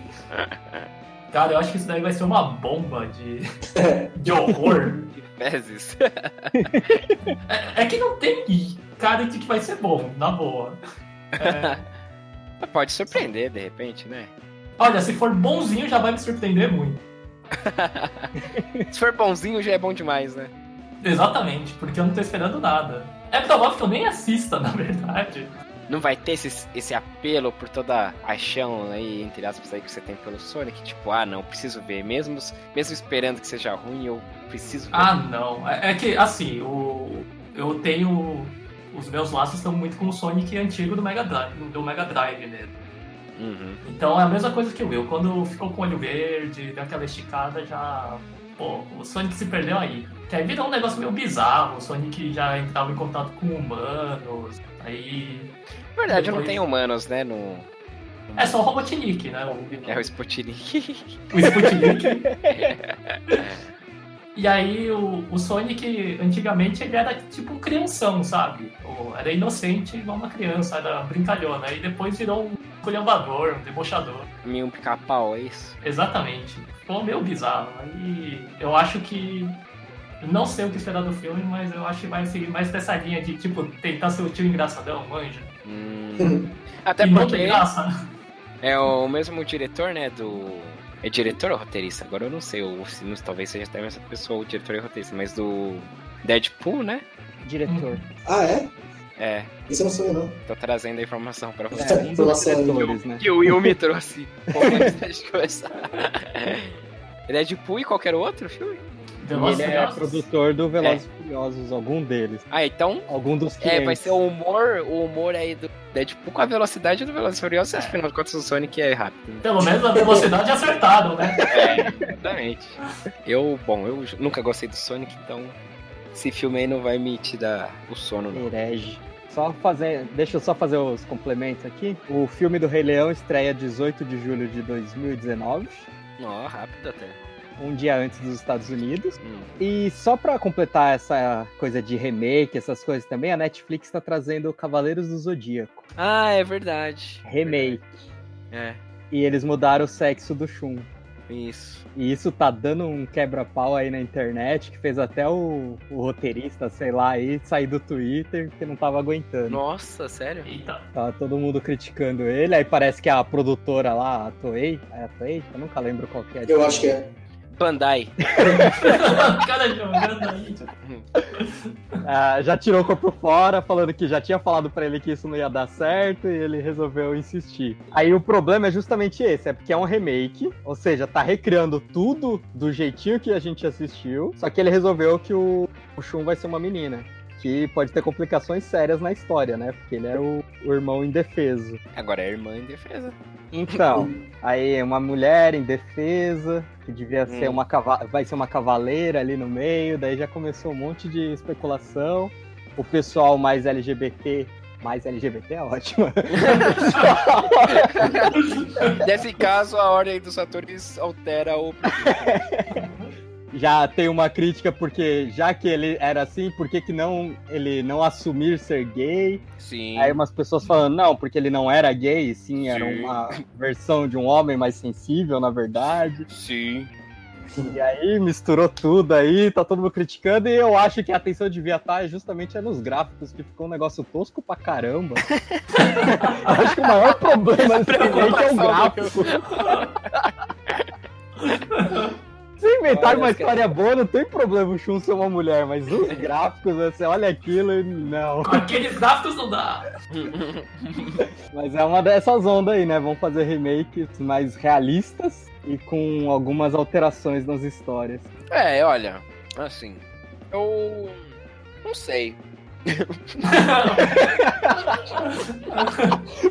Cara, eu acho que isso daí vai ser uma bomba de, de horror.
Fezes.
É, é que não tem cara de que vai ser bom, na boa. É,
Pode surpreender, de repente, né?
olha, se for bonzinho já vai me surpreender muito.
Se for bonzinho, já é bom demais, né?
Exatamente, porque eu não tô esperando nada. É provável que eu nem assista, na verdade.
Não vai ter esse, esse apelo por toda a paixão aí, entre aspas, aí que você tem pelo Sonic? Tipo, ah, não, preciso ver. Mesmo, mesmo esperando que seja ruim, eu preciso ver.
Ah, não. É, é que, assim, o, eu tenho. Os meus laços estão muito com o Sonic antigo do Mega Drive, do Mega Drive mesmo.
Uhum.
Então é a mesma coisa que o Will. Quando ficou com o olho verde, deu aquela esticada, já. Pô, o Sonic se perdeu aí. Que aí virou um negócio meio bizarro. O Sonic já entrava em contato com humanos. Aí.
Na verdade, eu não tenho humanos, né? No...
É só o Robotnik, né? O,
É o Sputnik.
o Sputnik. e aí o, o Sonic, antigamente, ele era tipo um crianção, sabe? O- era inocente igual uma criança, era brincalhona. Aí depois virou um colhambador, um debochador.
Meio um pica-pau, é isso?
Exatamente. Ficou meio bizarro. Aí eu acho que. eu Não sei o que esperar do filme, mas eu acho que vai seguir mais dessa linha de, tipo, tentar ser o tio engraçadão, manja.
Hum. Até
e não tem
porque
graça.
é o mesmo diretor, né? Do. É diretor ou roteirista? Agora eu não sei, ou se não- talvez seja até a mesma pessoa, o diretor e roteirista, mas do Deadpool, né?
Diretor.
Ah, é?
É,
Isso eu não sou eu, não.
tô trazendo a informação pra você.
É, um dos
Nossa,
diretores, né?
que o Will me trouxe. Bom, antes de começar. é Deadpool e qualquer outro filme?
E
Velozes
ele
e
é
Furiosos.
produtor do Velozes e Furiosos, algum deles.
Ah, então
Algum dos que
É, vai ser o humor, o humor aí do Deadpool com a velocidade do Velozes e Furiosos, afinal de contas o Sonic é rápido.
Pelo menos a velocidade acertaram, né?
É, exatamente. Eu, bom, eu j- nunca gostei do Sonic, então esse filme aí não vai me tirar o sono, não.
herege. Só fazer, deixa eu só fazer os complementos aqui. O filme do Rei Leão estreia 18 de julho de 2019,
Ó, rápido até.
um dia antes dos Estados Unidos.
Hum.
E só pra completar essa coisa de remake, essas coisas também, a Netflix tá trazendo Cavaleiros do Zodíaco,
Ah, é verdade.
remake.
É,
E eles mudaram o sexo do Shun.
isso.
E isso tá dando um quebra-pau aí na internet, que fez até o, o roteirista, sei lá, aí sair do Twitter, porque não tava aguentando.
Nossa, sério?
Eita.
Tava Tá todo mundo criticando ele, aí parece que a produtora lá, a Toei, é a Toei? Eu nunca lembro qual que é.
Eu acho que é.
Bandai.
O cara jogando aí.
Ah, já tirou o corpo fora, falando que já tinha falado pra ele que isso não ia dar certo e ele resolveu insistir. Aí o problema é justamente esse, é porque é um remake, ou seja, tá recriando tudo do jeitinho que a gente assistiu, só que ele resolveu que o, o Shun vai ser uma menina. Que pode ter complicações sérias na história, né? Porque ele era o, o irmão indefeso.
Agora é irmã em defesa.
Então, aí uma mulher indefesa, que devia ser
Hum.
uma cava- vai ser uma cavaleira ali no meio, daí já começou um monte de especulação. O pessoal mais LGBT, mais LGBT é ótimo.
Nesse caso, a ordem dos atores altera o.
já tem uma crítica porque já que ele era assim, por que, que não ele não assumir ser gay?
Sim.
Aí umas pessoas falando, não, porque ele não era gay, sim, era
Sim.
uma versão de um homem mais sensível, na verdade.
Sim.
E aí misturou tudo aí, tá todo mundo criticando, e eu acho que a atenção devia estar justamente é nos gráficos, que ficou um negócio tosco pra caramba. eu acho que o maior problema desse remake é o gráfico. Se inventar
Olha,
uma
acho que-
história boa, não tem problema o Shun ser uma mulher, mas os gráficos, né, você olha aquilo e não.
Com aqueles gráficos não dá.
Mas é uma dessas ondas aí, né? Vão fazer remakes mais realistas e com algumas alterações nas histórias.
É, olha, assim, eu não sei.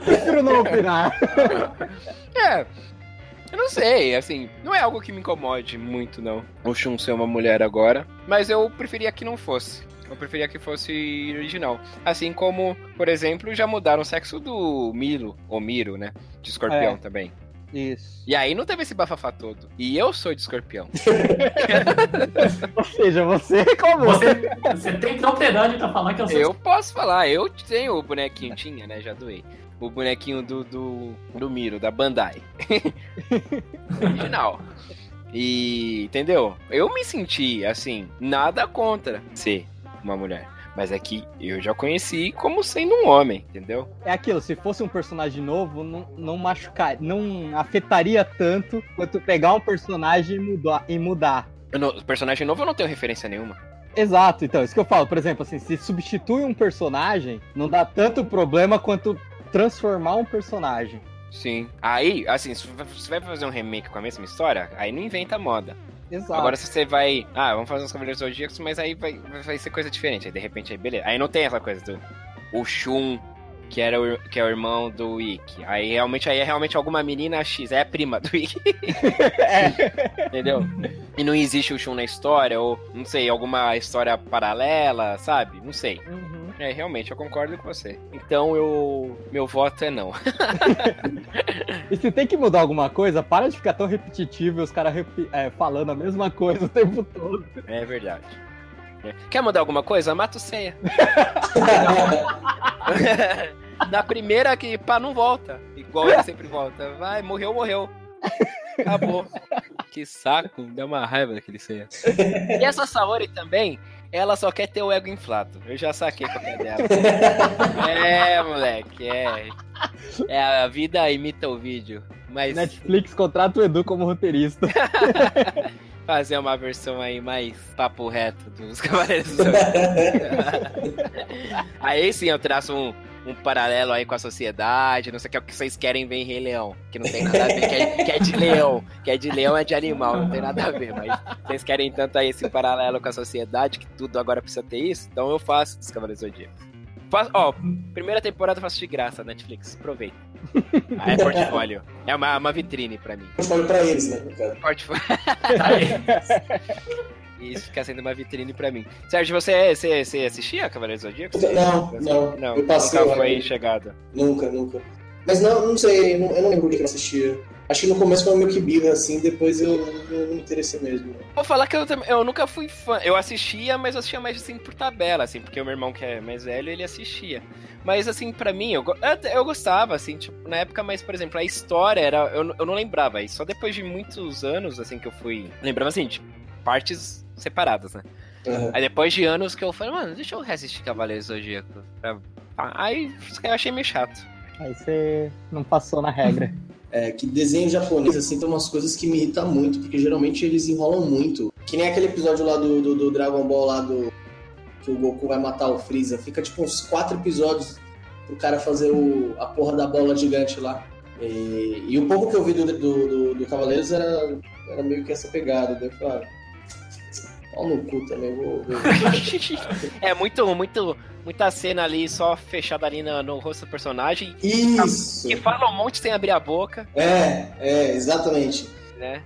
Prefiro não opinar.
É, eu não sei, assim, não é algo que me incomode muito, não. O Shun ser uma mulher agora, mas eu preferia que não fosse. Eu preferia que fosse original. Assim como, por exemplo, já mudaram o sexo do Milo, ou Miro, né? De escorpião
É.
também.
Isso.
E aí não teve esse bafafá todo. E eu sou de escorpião.
Ou seja, você como
Você, você tem propriedade pra falar que eu sou.
Eu posso falar, eu tenho o bonequinho, tinha, né? Já doei. O bonequinho do, do, do Miro, da Bandai. Original. E, entendeu? Eu me senti, assim, nada contra ser uma mulher. Mas é que eu já conheci como sendo um homem, entendeu?
É aquilo, se fosse um personagem novo, não, não machucar, não afetaria tanto quanto pegar um personagem e mudar. E mudar.
Eu não- personagem novo eu não tenho referência nenhuma.
Exato, então, isso que eu falo. Por exemplo, assim, se substitui um personagem, não dá tanto problema quanto transformar um personagem.
Sim. Aí, assim, se você vai fazer um remake com a mesma história, aí não inventa moda.
Exato.
Agora se você vai, ah, vamos fazer uns Cavaleiros Zodíacos, mas aí vai, vai ser coisa diferente. Aí de repente aí, beleza. Aí não tem essa coisa do o Shun, que, era o, que é o irmão do Ikki. Aí realmente aí é realmente alguma menina X, é a prima do Ikki.
É.
Entendeu? E não existe o Shun na história, ou não sei, alguma história paralela, sabe? Não sei.
Uhum.
É, realmente, eu concordo com você. Então eu. Meu voto é não.
E se tem que mudar alguma coisa, para de ficar tão repetitivo e os caras repi- é, falando a mesma coisa o tempo todo.
É verdade. É. Quer mudar alguma coisa? Mata o Ceia. Na primeira que pá, não volta. Igual ele sempre volta. Vai, morreu, morreu. Acabou. que saco, dá uma raiva daquele Ceia. E essa Saori também, ela só quer ter o ego inflado. Eu já saquei qual que é dela. é, moleque, é. É, a vida imita o vídeo. Mas
é Netflix contrata o Edu como roteirista.
fazer uma versão aí mais papo reto dos Cavaleiros do Zodíaco. Aí sim eu traço um, um paralelo aí com a sociedade, não sei o que, é o que vocês querem ver em Rei Leão, que não tem nada a ver, que é, que é de leão, que é de leão é de animal, não tem nada a ver, mas vocês querem tanto aí esse paralelo com a sociedade, que tudo agora precisa ter isso, então eu faço dos Cavaleiros do Zodíaco. Faço- Ó, primeira temporada eu faço de graça, Netflix, aproveita. Ah, é portfólio. É uma, uma vitrine pra mim.
Eu falo pra eles, né? no caso.
Portfólio.
Tá aí.
E isso fica sendo uma vitrine pra mim. Sérgio, você, você, você assistia Cavaleiros do Zodíaco? Você-
Não,
você-
não.
Não,
eu passei
nunca foi
olha,
chegada.
Nunca, nunca. Mas não, não sei, não- eu não lembro o que que eu assistia. Acho que no começo foi meio que birra, assim, depois eu eu não me interessei mesmo. né?
Vou falar que eu, também- eu nunca fui fã. Eu assistia, mas eu assistia mais assim por tabela, assim, porque o meu irmão que é mais velho, ele assistia. Mas assim, pra mim, eu, go- eu, até- eu gostava, assim, tipo, na época, mas, por exemplo, a história era. Eu, n- eu não lembrava. E só depois de muitos anos, assim, que eu fui. Lembrava assim, de partes separadas, né?
Aham.
Aí depois de anos que eu falei, mano, deixa eu reassistir Cavaleiros do Zodíaco. pra- Aí eu achei meio chato.
Aí você não passou na regra.
É, que desenho japonês, assim, tem umas coisas que me irritam muito, porque geralmente eles enrolam muito. Que nem aquele episódio lá do, do, do Dragon Ball lá do. Que o Goku vai matar o Freeza. Fica tipo uns quatro episódios pro cara fazer o, a porra da bola gigante lá. E, e o pouco que eu vi do, do, do, do Cavaleiros era, era meio que essa pegada. Daí eu falei, ah, pau no cu também, eu vou. vou-
é muito, muito, muita cena ali só fechada ali no, no rosto do personagem.
Isso!
Que fala um monte sem abrir a boca,
É, é, exatamente.
né?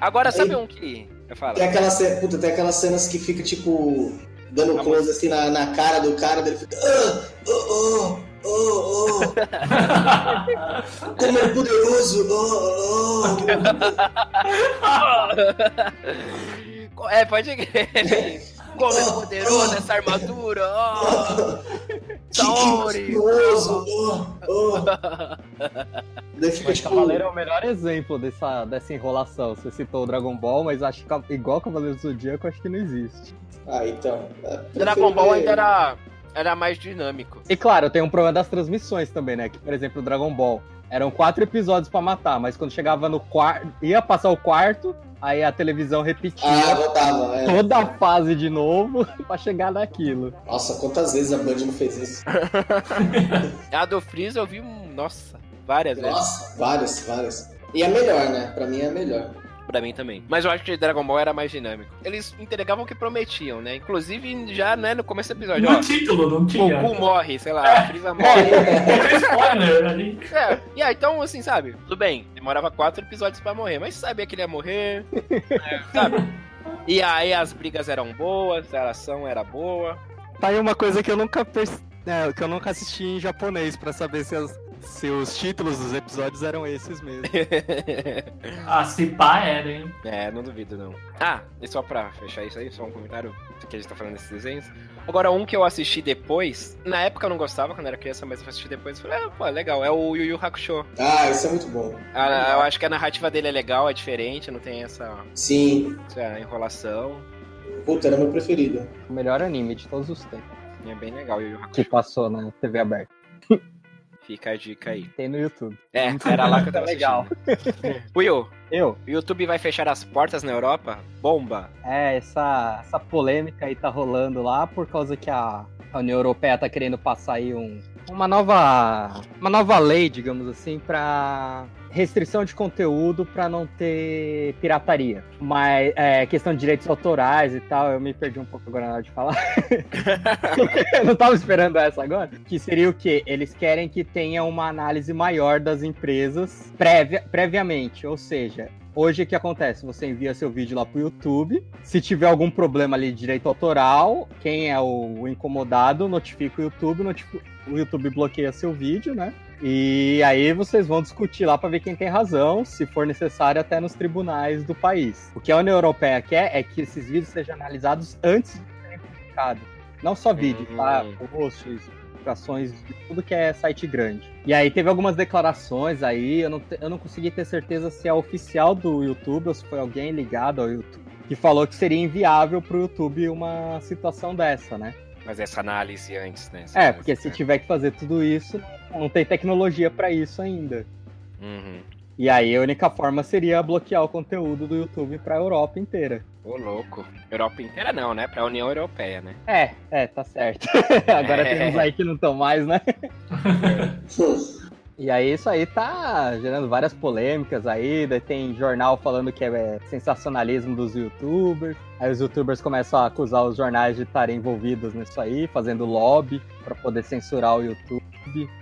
Agora, sabe
Aí-
um que. Eu falo.
Tem aquelas, ce- puta, tem aquelas cenas que fica, tipo, dando
Tá
close assim na, na cara do cara, dele fica. "Ah, oh, oh, oh, oh, como é poderoso! Oh, oh,
É, pode crer. Como é poderosa essa armadura! ó.
oh, que,
Saori.
que poderoso! Oh, oh. Daí fica,
Mas
tipo.
Cavaleiro é o melhor exemplo dessa, dessa enrolação. Você citou o Dragon Ball, mas acho que ca- igual Cavaleiro do Zodíaco, acho que não existe.
Ah, então. é,
Dragon Ball
prefiro-
ainda era, era mais dinâmico.
E claro, tem um problema das transmissões também, né? Que, por exemplo, o Dragon Ball. Eram quatro episódios pra matar, mas quando chegava no quarto. ia passar o quarto, aí a televisão
Ah,
repetia
voltava, é.
toda a fase de novo pra chegar naquilo.
Nossa, quantas vezes a Band não fez isso?
A do Freeza eu vi, um- nossa, várias vezes.
Nossa, várias, várias. E é melhor, né? Pra mim é melhor.
Pra mim também. Mas eu acho que Dragon Ball era mais dinâmico. Eles entregavam o que prometiam, né? Inclusive, já né, no começo do episódio,
No
ó.
título, não tinha.
Goku morre, sei lá, Frieza morre.
Teve spoiler ali.
É, e aí, então, assim, sabe? Tudo bem, demorava quatro episódios pra morrer, mas sabia que ele ia morrer, né, sabe? E aí as brigas eram boas, a ação era boa.
Tá aí uma coisa que eu nunca perce- é, que eu nunca assisti em japonês pra saber se, as- se os títulos dos episódios eram esses mesmo.
Ah, se pá era, hein?
É, não duvido, não. Ah, e só pra fechar isso aí, só um comentário que a gente tá falando desses desenhos. Agora, um que eu assisti depois, na época eu não gostava quando era criança, mas eu assisti depois e falei, ah, pô, legal, é o Yu Yu Hakusho.
Ah, isso é muito bom.
A- eu acho que a narrativa dele é legal, é diferente, não tem essa,
Sim.
essa enrolação.
Puta, era meu preferido.
O melhor anime de todos os tempos
É bem legal, Yu Yu Hakusho.
que passou na TV aberta.
Fica a dica aí.
Tem no YouTube.
É, era lá que eu
Tá
tava
legal.
assistindo. Will,
Eu?
o YouTube vai fechar as portas na Europa? Bomba!
É, essa, essa polêmica aí tá rolando lá por causa que a, a União Europeia tá querendo passar aí um, uma, nova, uma nova lei, digamos assim, pra restrição de conteúdo pra não ter pirataria. Mas é, questão de direitos autorais e tal, eu me perdi um pouco agora na hora de falar. eu não tava esperando essa agora. Que seria o quê? Eles querem que tenha uma análise maior das empresas prévia, previamente. Ou seja, hoje o que acontece? Você envia seu vídeo lá pro YouTube. Se tiver algum problema ali de direito autoral, quem é o incomodado notifica o YouTube, notifica- o YouTube bloqueia seu vídeo, né? E aí vocês vão discutir lá para ver quem tem razão, se for necessário até nos tribunais do país. O que a União Europeia quer é que esses vídeos sejam analisados antes de serem publicados. Não só vídeo, tá?
Hum.
Posts, publicações, tudo que é site grande. E aí teve algumas declarações aí, eu não, te- eu não consegui ter certeza se é oficial do YouTube ou se foi alguém ligado ao YouTube, que falou que seria inviável pro YouTube uma situação dessa, né?
Mas essa análise antes, né? Essa
É,
análise,
porque se
né?
tiver que fazer tudo isso, não tem tecnologia para isso ainda.
Uhum.
E aí a única forma seria bloquear o conteúdo do YouTube para a Europa inteira.
Ô, louco. Europa inteira não, né? Pra União Europeia, né?
É, é, tá certo. Agora
É.
temos aí que não estão mais, né? E aí isso aí tá gerando várias polêmicas aí, daí tem jornal falando que é sensacionalismo dos youtubers, aí os youtubers começam a acusar os jornais de estarem envolvidos nisso aí, fazendo lobby para poder censurar o YouTube.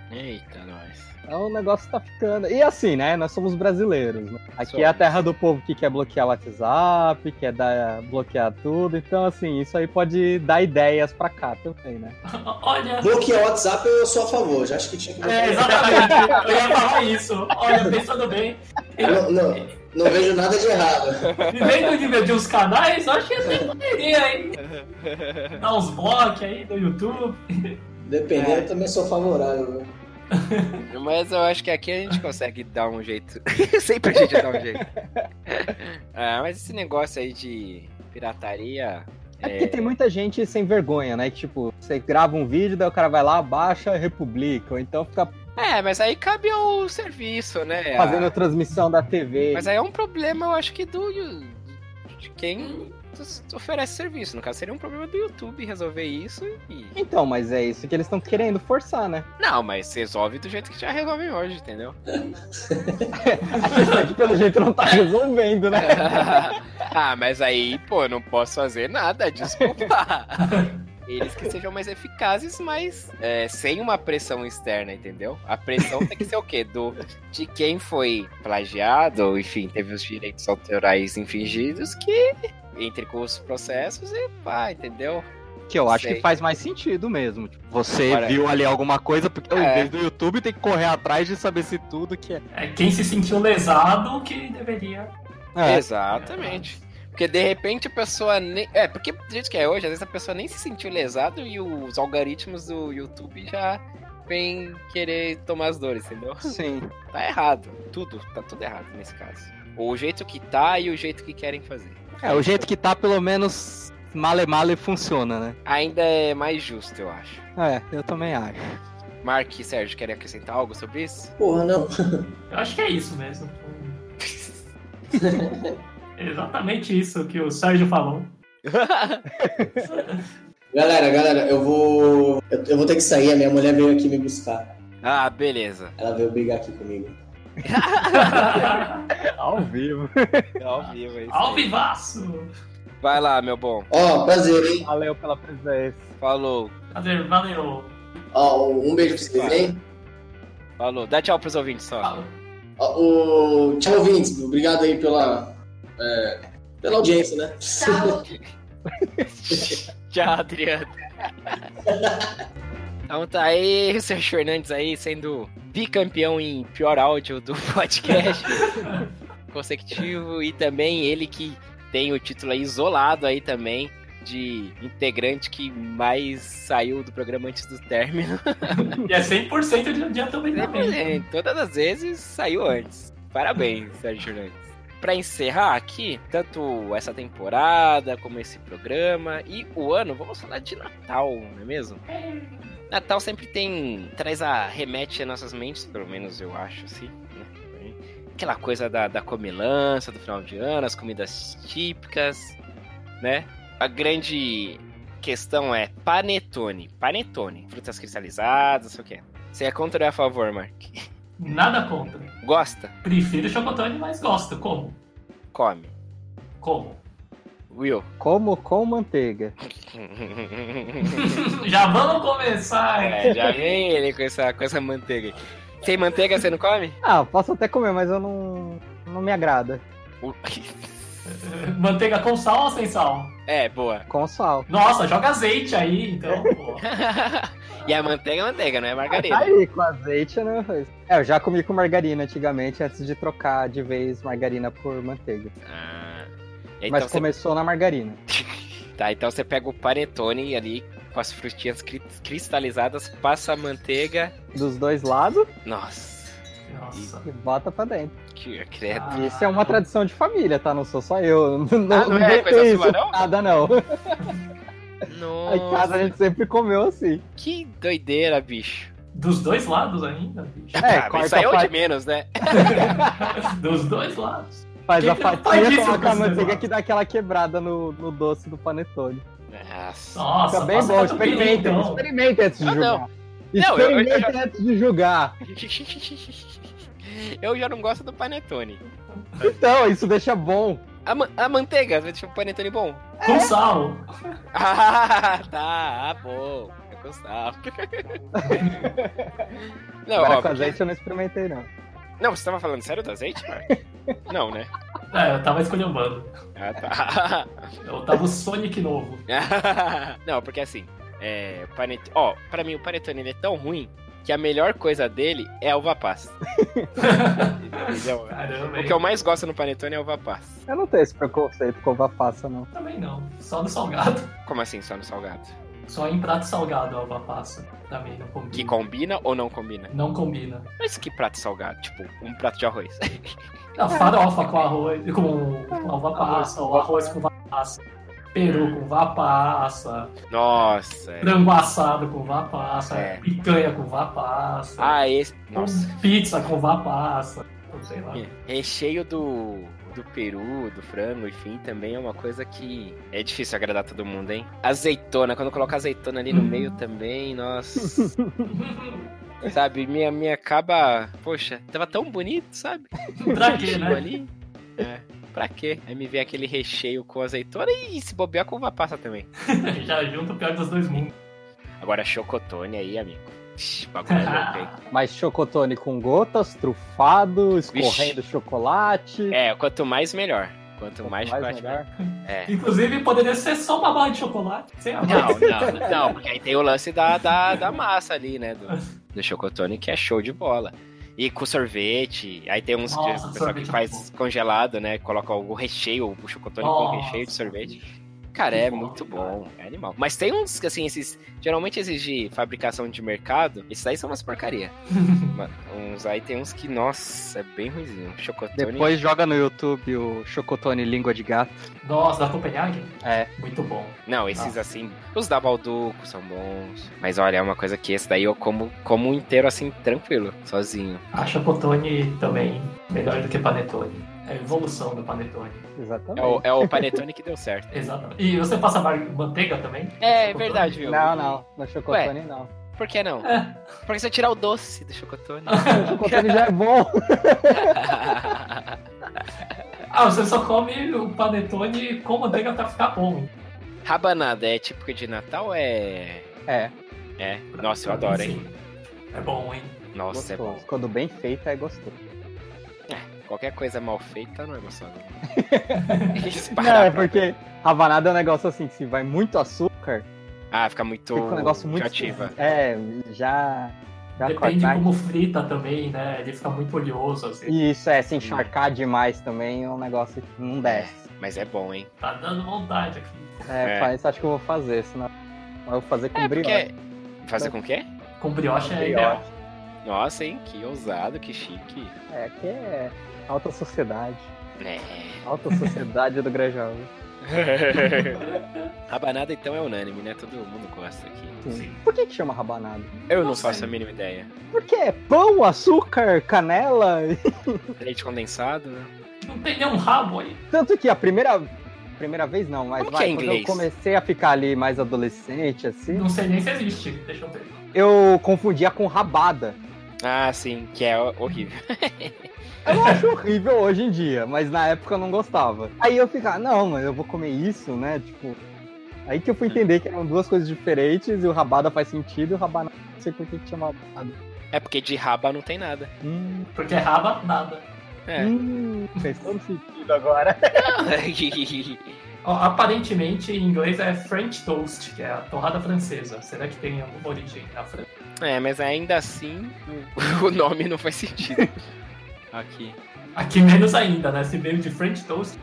Eita, nós.
Então o negócio tá ficando. E assim, né? Nós somos brasileiros. Né? Aqui é a
Somos.
terra do povo que quer bloquear o WhatsApp, quer dar, bloquear tudo. Então, assim, isso aí pode dar ideias pra cá também, né?
Olha,
Bloquear o WhatsApp eu sou a favor, já acho que tinha que
é, exatamente, eu ia falar isso. Olha, pensando bem,
Não, não, não vejo nada de errado.
vivendo o nível de uns canais, eu acho que até poderia, hein? Dar uns blocos aí no YouTube.
Dependendo, eu também sou favorável.
Mas eu acho que aqui a gente consegue dar um jeito. Sempre a gente dá um jeito. Ah, mas esse negócio aí de pirataria.
É porque tem muita gente sem vergonha, né? Que tipo, você grava um vídeo, daí o cara vai lá, baixa, republica. Ou então fica
É, mas aí cabe ao serviço, né?
fazendo
Ah,
a transmissão da TV.
Mas aí é um problema, eu acho que do. de quem s- oferece serviço. No caso, seria um problema do YouTube resolver isso e.
Então, mas é isso que eles estão querendo forçar, né?
Não, mas resolve do jeito que já resolvem hoje, entendeu?
A questão é que pelo jeito não tá resolvendo, né?
ah, mas aí, pô, eu não posso fazer nada, desculpa. Eles que sejam mais eficazes, mas é, sem uma pressão externa, entendeu? A pressão tem que ser o quê? Do, de quem foi plagiado, ou enfim, teve os direitos autorais infringidos, que entre com os processos e pá, entendeu?
Que eu acho
Sei.
que faz mais sentido mesmo. Tipo, você
Agora-
viu ali alguma coisa, porque
É.
em vez do YouTube tem que correr atrás de saber se tudo que é.
É, quem se sentiu lesado que deveria.
É.
Exatamente. Porque de repente a pessoa nem. É, porque do jeito que é hoje, às vezes a pessoa nem se sentiu lesado e os algoritmos do YouTube já vem querer tomar as dores, entendeu?
Sim.
Tá errado. Tudo, tá tudo errado nesse caso. O jeito que tá e o jeito que querem fazer.
É, o jeito que tá, pelo menos, male male funciona, né?
Ainda é mais justo, eu acho.
É, eu também acho.
Mark e Sérgio, querem acrescentar algo sobre isso?
Porra, não.
Eu acho que é isso mesmo. Exatamente isso que o Sérgio falou.
Galera, galera, eu vou. Eu, eu vou ter que sair, a minha mulher veio aqui me buscar.
ah, beleza.
Ela veio brigar aqui comigo.
Ao vivo.
Ao vivo é isso. aí.
Ao vivaço!
Vai lá, meu bom.
Ó, prazer, hein?
Valeu pela presença.
Falou,
Valeu, valeu.
Ó, um beijo pra vocês, hein?
falou. Dá tchau pros ouvintes só.
Falou.
Ó, o... Tchau, ouvintes. Obrigado aí pela. é, pela audiência, né?
Tchau, Adriano. então tá aí o Sérgio Fernandes aí sendo bicampeão em pior áudio do podcast consecutivo e também ele que tem o título aí isolado aí também de integrante que mais saiu do programa antes do término. é,
E é 100% de adiantamento.
Todas as vezes saiu antes. Parabéns, Sérgio Fernandes. para encerrar aqui, tanto essa temporada como esse programa e o ano, vamos falar de Natal, não é mesmo? Natal sempre tem. traz a. remete às nossas mentes, pelo menos eu acho, assim, né? Aquela coisa da, da comilança do final de ano, as comidas típicas, né? A grande questão é panetone. Panetone. Frutas cristalizadas, não sei o que. Você é contra ou é a favor, Mark?
Nada contra.
Gosta?
Prefiro chocotone, mas gosto. Como?
Come.
Como?
Will.
Como com manteiga.
Já vamos começar.
É, já vem ele com essa, com essa manteiga. aí. Sem manteiga você não come?
Ah, posso até comer, mas eu não. Não me agrada.
O-
Manteiga com sal ou sem sal?
É, boa.
Com sal.
Nossa, joga azeite aí, então. pô.
E a manteiga é manteiga, não é margarina.
Tá aí, com azeite, né? É, eu já comi com margarina antigamente, antes de trocar de vez margarina por manteiga.
Ah, e aí,
Mas é
então,
começou na margarina.
você, tá, então você pega o panetone ali com as frutinhas cri- cristalizadas, passa a manteiga.
Dos dois lados
Nossa,
Nossa.
e bota pra dentro.
que credo.
Ah.
Isso é uma tradição de família, tá? Não sou só eu. Não,
Ah, não é
inventei
coisa
isso,
sua, não?
Nada não. Lá Em casa a
Nossa,
gente sempre comeu assim.
que doideira, bicho.
Dos dois lados ainda, bicho.
É,
Ah, mas
corta
isso aí é
a
o de
parte-
menos, né?
Dos dois lados.
Faz
Quem
a
que não faz
fatia,
isso com
coloca a
esse
manteiga
negócio?
que dá aquela quebrada no, no doce do panetone.
Nossa.
Nossa,
Fica bem
passa
bom,
catupiry,
experimentem.
então.
Experimentem antes de
Ah, não.
julgar.
Não, eu- eu já-
Experimentem antes de julgar.
Eu já não gosto do panetone.
Então, isso deixa bom.
A, ma- a manteiga, deixa o um panetone bom.
Com sal.
Ah, tá, ah, bom. É com sal. Não,
Agora
ó,
com
porque-
azeite eu não experimentei, não.
não, você tava falando sério do azeite, Mark? Não, né?
É, eu tava escolhendo.
Ah, tá.
Eu tava o Sonic novo.
Não, porque assim, é, o panet... ó, pra mim o panetone ele é tão ruim que a melhor coisa dele é a uva passa. Entendeu?
Caramba,
O
hein?
que eu mais gosto no panetone é a uva passa.
Eu não tenho esse preconceito com uva passa, não.
Também não. Só no salgado.
Como assim, só no salgado?
Só em prato salgado a uva passa. Também não combina.
Que combina ou não combina?
Não combina.
Mas que prato salgado? Tipo, um prato de arroz.
A farofa com arroz, com, com uva passa, o arroz com uva passa, peru com uva passa,
Nossa. é.
frango assado com uva passa,
É.
picanha com uva passa,
Ah, esse. Nossa.
pizza com uva passa, não sei lá.
É. Recheio do, do peru, do frango, enfim, também é uma coisa que é difícil agradar todo mundo, hein? Azeitona, quando coloca azeitona ali no
Hum.
meio também, nossa. sabe, minha, minha acaba. Poxa, tava tão bonito, sabe?
pra quê,
Recheio
né?
Ali. É, pra quê? Aí me vem aquele recheio com azeitona e se bobear com uva passa também.
Já junto o pior dos dois mundos.
Agora chocotone aí, amigo. Ixi, bagulho é louco, hein?
Mas chocotone com gotas, trufado, escorrendo chocolate.
É, quanto mais melhor. Quanto
quanto
mais, chocolate, melhor.
melhor.
É.
Inclusive, poderia ser só uma barra de chocolate, sem a
Não,
mais.
não, não, porque aí tem o lance da, da, da massa ali, né? Do, do chocotone, que é show de bola. E com sorvete, aí tem uns
Nossa,
que, pessoal que
sorvete é
faz congelado, né? Coloca o recheio, o chocotone com
Nossa.
recheio de sorvete. Cara, é
Que bom,
muito
cara.
bom, é animal. Mas tem uns, que assim, esses. Geralmente esses de fabricação de mercado, esses aí são umas porcaria. Mas uns aí tem uns que, nossa, é bem ruimzinho. Chocotone.
Depois joga no YouTube o chocotone língua de gato.
Nossa, da Copenhagen?
É.
Muito bom.
Não, esses
Ah.
assim, os da Balduco são bons. Mas olha, é uma coisa que esse daí eu como, como inteiro assim, tranquilo, sozinho.
A chocotone também, melhor do que panetone. É a evolução do panetone.
É
Exatamente.
o, é o panetone que deu certo.
Exatamente. E você passa mar- manteiga também?
É, é
Chocotone?
verdade, viu?
Não, não. No chocotone, não.
Por que não?
É.
Porque se eu tirar o doce do chocotone.
O chocotone já é bom.
Ah, você só come o panetone com manteiga pra ficar bom.
Rabanada é típico de Natal? É.
É,
É. Nossa, eu adoro, hein?
Sim. É bom, hein?
Nossa, é bom.
gostoso. Quando bem feito, é gostoso.
Qualquer coisa mal feita não é emocionante.
Não, é porque rabanada é um negócio assim que se vai muito açúcar,
Ah, fica muito.
fica um negócio muito.
criativa.
É, já. já
Depende
cortar.
como frita também, né? Ele fica muito oleoso, assim.
E Isso, é, se encharcar demais também é um negócio que não desce.
Mas é bom, hein?
Tá dando vontade aqui.
É,
É.
faz- isso acho que eu vou fazer, senão. Eu vou fazer com
É
brioche.
porque. Fazer com o quê?
Com brioche é
Brioche.
ideal.
Nossa, hein? Que ousado, que chique.
É, que é alta sociedade.
É.
Alta sociedade do Grajal.
Rabanada então é unânime, né? Todo mundo gosta aqui.
Sim.
Por que que chama rabanada?
Eu não
Nossa,
é.
faço a
hein?
mínima ideia.
Porque é pão, açúcar, canela.
Leite condensado, né?
Não tem nenhum rabo aí.
Tanto que a primeira... Primeira vez não, mas
Como que
vai,
é em
quando eu
inglês?
comecei a ficar ali mais adolescente, assim,
Não sei nem se existe. Deixa eu ver.
eu confundia com rabada.
Ah, sim, que é ho- horrível.
Eu acho horrível hoje em dia, mas na época eu não gostava. Aí eu ficava, não, mas eu vou comer isso, né? Tipo. Aí que eu fui
É.
entender que eram duas coisas diferentes e o rabada faz sentido e o rabanada não sei por que que chama rabada.
É porque de raba não tem nada.
Hum,
Porque raba, nada.
É.
hum, fez todo sentido agora.
Ó, aparentemente, em inglês é French toast, que é a torrada francesa. Será que tem alguma origem na França?
é, mas ainda assim o- o nome não faz sentido. Aqui.
Aqui menos ainda, né? Se veio de French toast,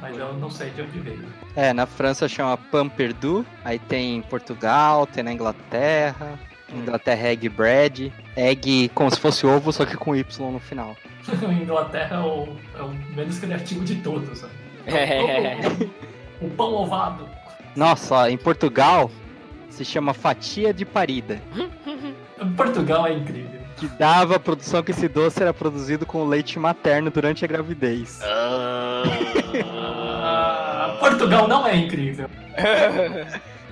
mas eu não sei de onde veio.
É, na França chama Pamperdu, aí tem em Portugal, tem na Inglaterra. Inglaterra é egg bread, egg como se fosse ovo, só que com Y no final.
Inglaterra é o, é o menos criativo de todos. Né?
É.
O pão ovado.
Nossa, ó, em Portugal se chama fatia de parida.
Portugal é incrível.
que dava a produção que esse doce era produzido com leite materno durante a gravidez.
Ah, Portugal não é incrível.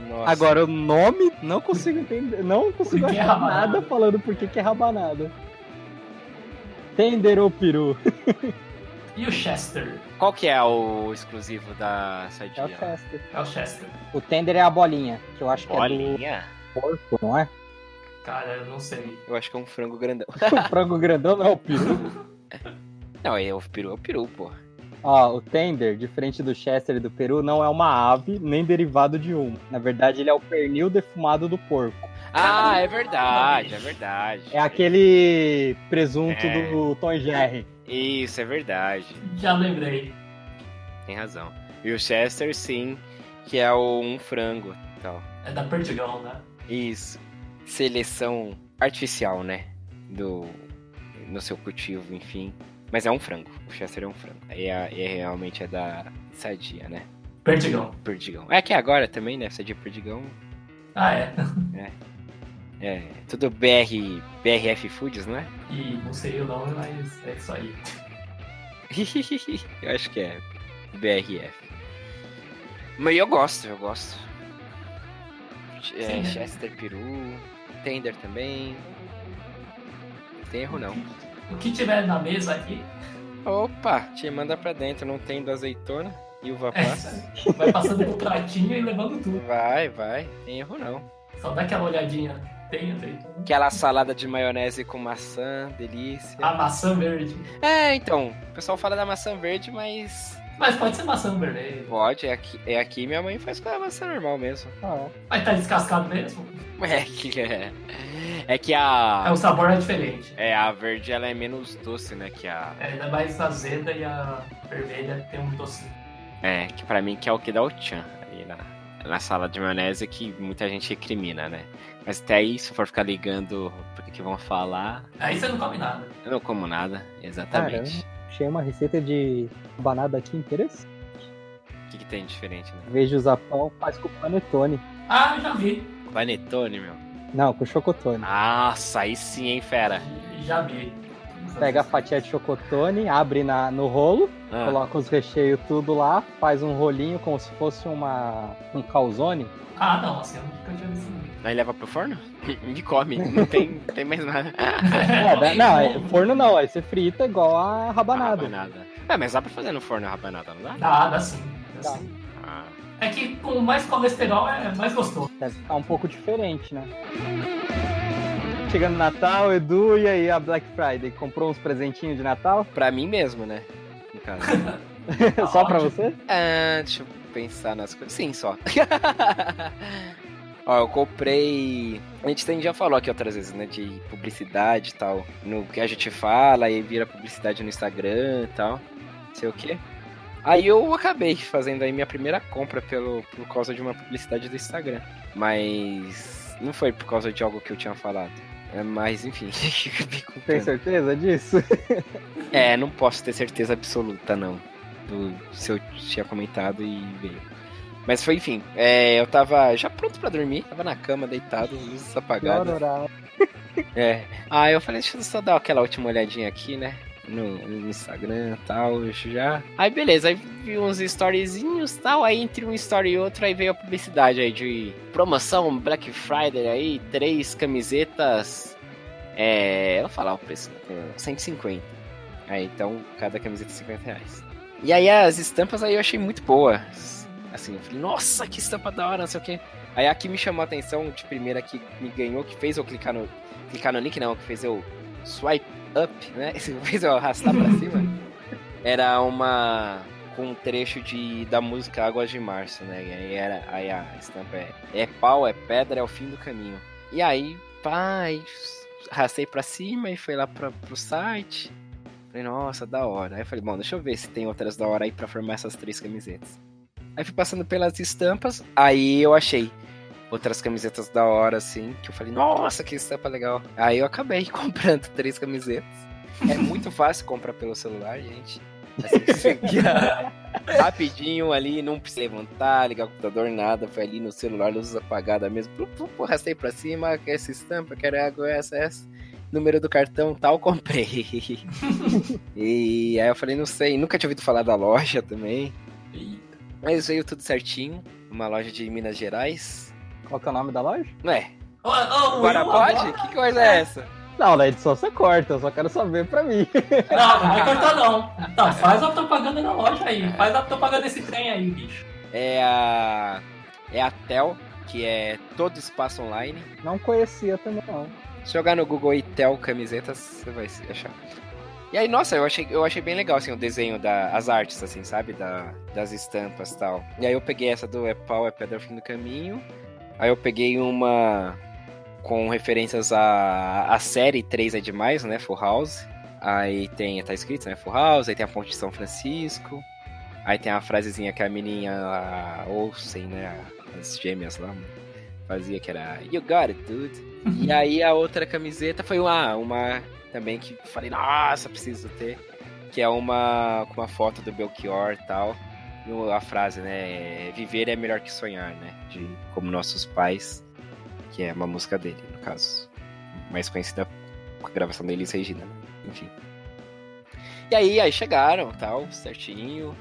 Nossa.
Agora, o nome, não consigo entender, não consigo
Por que é
achar
rabanada?
nada falando por que que é rabanada. Tender ou peru?
E o Chester?
Qual que é o exclusivo da
É o
Sadia?
Chester.
É o Chester.
O tender é a bolinha, que eu acho
Bolinha?
que é do porco, não é?
Cara, eu não sei.
Eu acho que é um frango grandão.
O frango grandão não é o peru.
Não, é o peru, é o peru, pô.
Ó, o tender, diferente do Chester e do peru, não é uma ave nem derivado de uma. Na verdade, ele é o pernil defumado do porco.
Ah, é verdade, é verdade.
É aquele presunto
É.
do Tom e Jerry.
Isso, é verdade.
Já lembrei.
Tem razão. E o Chester, sim, que é o, um frango e tal.
É da Portugal, né?
Isso. Seleção artificial, né? Do. No seu cultivo, enfim. Mas é um frango. O Chester é um frango. E, é- e realmente é da Sadia, né?
Portugal.
Perdigão. É que agora também, né? Sadia Perdigão.
Ah, é.
É. Tudo BR, BRF Foods, não é?
E não sei o nome, mas é isso aí.
eu acho que é BRF. Mas eu gosto, eu gosto. É,
Sim, né?
Chester Peru, Tender também. Não tem erro não.
O que tiver na mesa aqui,
Opa, te manda pra dentro, não tem do azeitona e uva
é isso
passa.
aí. vai passando pro pratinho e levando tudo.
Vai, vai, tem erro não.
Só dá aquela olhadinha. Tem, né? tem.
Aquela salada de maionese com maçã, delícia.
A maçã verde.
É, então, o pessoal fala da maçã verde, mas
Mas pode ser maçã vermelha.
pode, é aqui, é aqui minha mãe faz com a maçã normal mesmo.
Ah,
Mas tá descascado mesmo?
É que, é, é que a.
É, o sabor é diferente.
É, a verde ela é menos doce, né, que a...
É, ainda mais azeda e a vermelha tem um docinho.
É, que pra mim que é o que dá o tchan ali na, na sala de maionese que muita gente recrimina, né? Mas até aí, se for ficar ligando porque que vão falar,
Aí você não come nada.
eu não como nada, exatamente.
Achei uma receita de banada aqui interessante.
O que, que tem de diferente, né?
Vejo usar pão, faz com panetone.
Ah, eu já vi.
Panetone, meu.
Não, com chocotone.
Nossa, aí sim, hein, fera.
Já vi.
É. Pega a fatia de chocotone, abre na, no rolo,
Ah,
coloca os recheios tudo lá, faz um rolinho como se fosse uma um calzone.
Ah, não, assim, eu nunca tinha visto. não.
aí leva pro forno e come, não tem, não tem mais nada.
É, dá-
Bom,
não, é, forno não, aí você frita igual a rabanada.
Rabanada. É, mas dá pra fazer no forno a rabanada, não dá?
Dá, dá sim.
é- Dá.
dá sim.
Ah.
É que com mais colesterol é mais gostoso.
Deve ficar um pouco diferente, né? Chegando Natal, Edu, e aí a Black Friday? Comprou uns presentinhos de Natal?
Pra mim mesmo, né? No caso. Tá
Só pra
ótimo.
você?
Ah, deixa eu pensar nas coisas. Sim, só. Ó, eu comprei. A gente tem, já falou aqui outras vezes, né? De publicidade e tal. No que a gente fala e vira publicidade no Instagram e tal. Não sei o quê. Aí eu acabei fazendo aí minha primeira compra pelo, por causa de uma publicidade do Instagram. Mas não foi por causa de algo que eu tinha falado. É, Mas enfim, fica bem
Tem
complicado.
certeza disso?
É, não posso ter certeza absoluta, não. Do, se eu tinha comentado e veio. Mas foi, enfim, é, eu tava já pronto pra dormir, tava na cama, deitado, luzes apagadas.
Pior horário.
É. Ah, eu falei, deixa eu só dar aquela última olhadinha aqui, né? No, no Instagram e tal, deixa eu já. Aí beleza, aí vi uns storyzinhos e tal, aí entre um story e outro, aí veio a publicidade aí de promoção Black Friday aí, três camisetas. É. Eu vou falar o preço, né? 150. Aí então, cada camiseta é 50 reais. E aí as estampas aí eu achei muito boas. Assim, eu falei, nossa, que estampa da hora, não sei o quê. Aí a que me chamou a atenção de primeira que me ganhou, que fez eu clicar no, clicar no link não, que fez eu swipe up, né? Esse que fez eu
Tá
arrastar pra cima. Era uma com um trecho de da música Águas de Março, né? E aí era aí a estampa é, é pau, é pedra, é o fim do caminho. E aí, pai, arrastei pra cima e fui lá pra, pro site. Falei, nossa, da hora. Aí eu falei, bom, deixa eu ver se tem outras da hora aí pra formar essas três camisetas. Aí fui passando pelas estampas, aí eu achei outras camisetas da hora, assim, que eu falei, nossa, que estampa legal. Aí eu acabei comprando três camisetas. É muito fácil comprar pelo celular, gente. Assim, você guia rapidinho ali, não precisa levantar, ligar o computador, nada. Foi ali no celular, luzes apagadas mesmo. Plup, plup, arrastei pra cima, quero essa estampa, quero água, essa, essa. Número do cartão tal, comprei. e aí eu falei, não sei, nunca tinha ouvido falar da loja também.
E
Mas veio tudo certinho. Uma loja de Minas Gerais.
Qual que é o nome da loja?
Não é,
Oh, oh,
Agora
Will,
pode?
agora-
Que coisa é essa?
Não, na edição você corta, eu só quero saber pra mim.
Não, não vai cortar não. Tá, faz a propaganda na loja aí. Faz a propaganda desse trem aí, bicho.
É a. É a Tel, que é todo espaço online.
Não conhecia também, não.
Se jogar no Google aí Tel camisetas, você vai se achar. E aí, nossa, eu achei, eu achei bem legal, assim, o desenho das artes, assim, sabe? Da, das estampas e tal. E aí eu peguei essa do É Pau, É Pedra, é o Fim do Caminho. Aí eu peguei uma com referências à, à série 3 é demais, né? Full House. Aí tem, tá escrito, né? Full House, aí tem a ponte de São Francisco. Aí tem a frasezinha que a menininha a Olsen, né? As gêmeas lá fazia, que era You got it, dude. E aí a outra camiseta foi uma, uma também que falei, nossa, preciso ter. Que é uma com uma foto do Belchior e tal. E o- a frase, né? é, Viver é melhor que sonhar, né? De Como Nossos Pais, que é uma música dele, no caso. Mais conhecida com a gravação da Elis Regina, né? Enfim. E aí, aí chegaram, tal, certinho.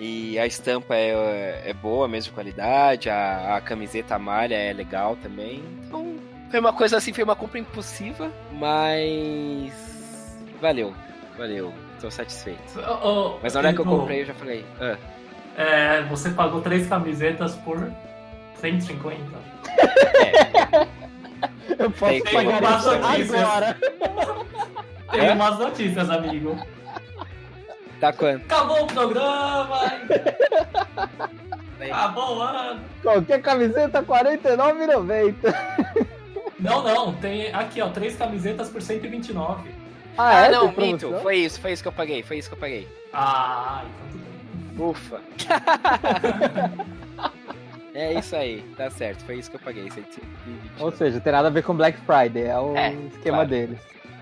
E a estampa é, é boa, mesmo qualidade. A, a camiseta a malha é legal também. Então, foi uma coisa assim, foi uma compra impulsiva, mas. Valeu, valeu. Tô satisfeito.
Oh, oh,
Mas na hora que eu
Igor,
comprei, eu já falei. "Ah,
É, você pagou três camisetas por 150.
Eu
Tem
posso
que
pagar
comprar
isso
isso aqui,
agora.
Tem
É?
umas notícias, amigo.
tá quanto?
Acabou o programa!
Ah,
Acabou o ano!
Qualquer camiseta, R$ 49,90.
Não, não, tem aqui ó, três camisetas por 129.
Ah, é?
não,
Tem promoção?
mito. Foi isso, foi isso que eu paguei, foi isso que eu paguei.
Ah, então tudo bem.
Ufa. é isso aí, tá certo, foi isso que eu paguei. 120.
Ou seja, tem nada a ver com Black Friday, é o
É,
esquema
claro.
deles.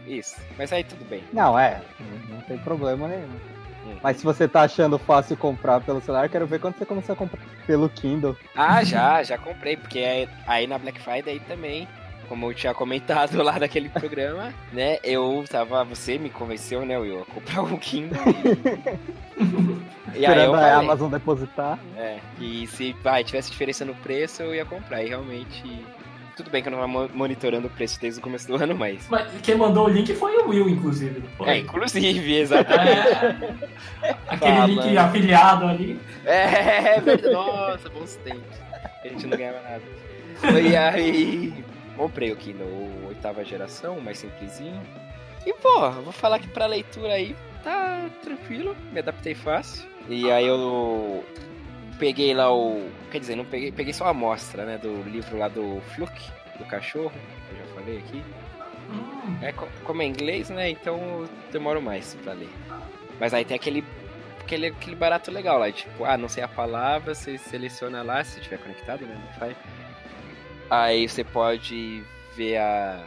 Isso, mas aí tudo bem.
Não, é, não tem problema nenhum.
Hum.
Mas se você tá achando fácil comprar pelo celular, quero ver quando você começar a comprar pelo Kindle.
Ah, já, já comprei, porque aí- aí na Black Friday também, como eu tinha comentado lá naquele programa, né? Eu tava. Você me convenceu, né, Will, a comprar um Kindle. e aí eu
esperando a
falei,
Amazon depositar.
é, E se vai, tivesse diferença no preço, eu ia comprar. E realmente. Tudo bem que eu não tava mo- monitorando o preço desde o começo do ano, mas.
Mas quem mandou o link foi o Will, inclusive. não foi?
É, inclusive, exatamente.
É. Aquele
Fala.
link afiliado ali.
É, verdade. Nossa, bons tempos. A gente não ganhava nada. E aí, comprei o Kindle oitava geração, mais simplesinho. E, pô, vou falar que pra leitura aí tá tranquilo, me adaptei fácil. E aí eu peguei lá o... Quer dizer, não peguei, peguei só a amostra, né, do livro lá do Fluke, do cachorro, que eu já falei aqui.
Hum,
É, co- como é inglês, né? Então eu demoro mais pra ler. Mas aí tem aquele, aquele, aquele barato legal lá, tipo, ah, não sei a palavra, você seleciona lá, se tiver conectado, né? Não faz. Aí você pode ver a,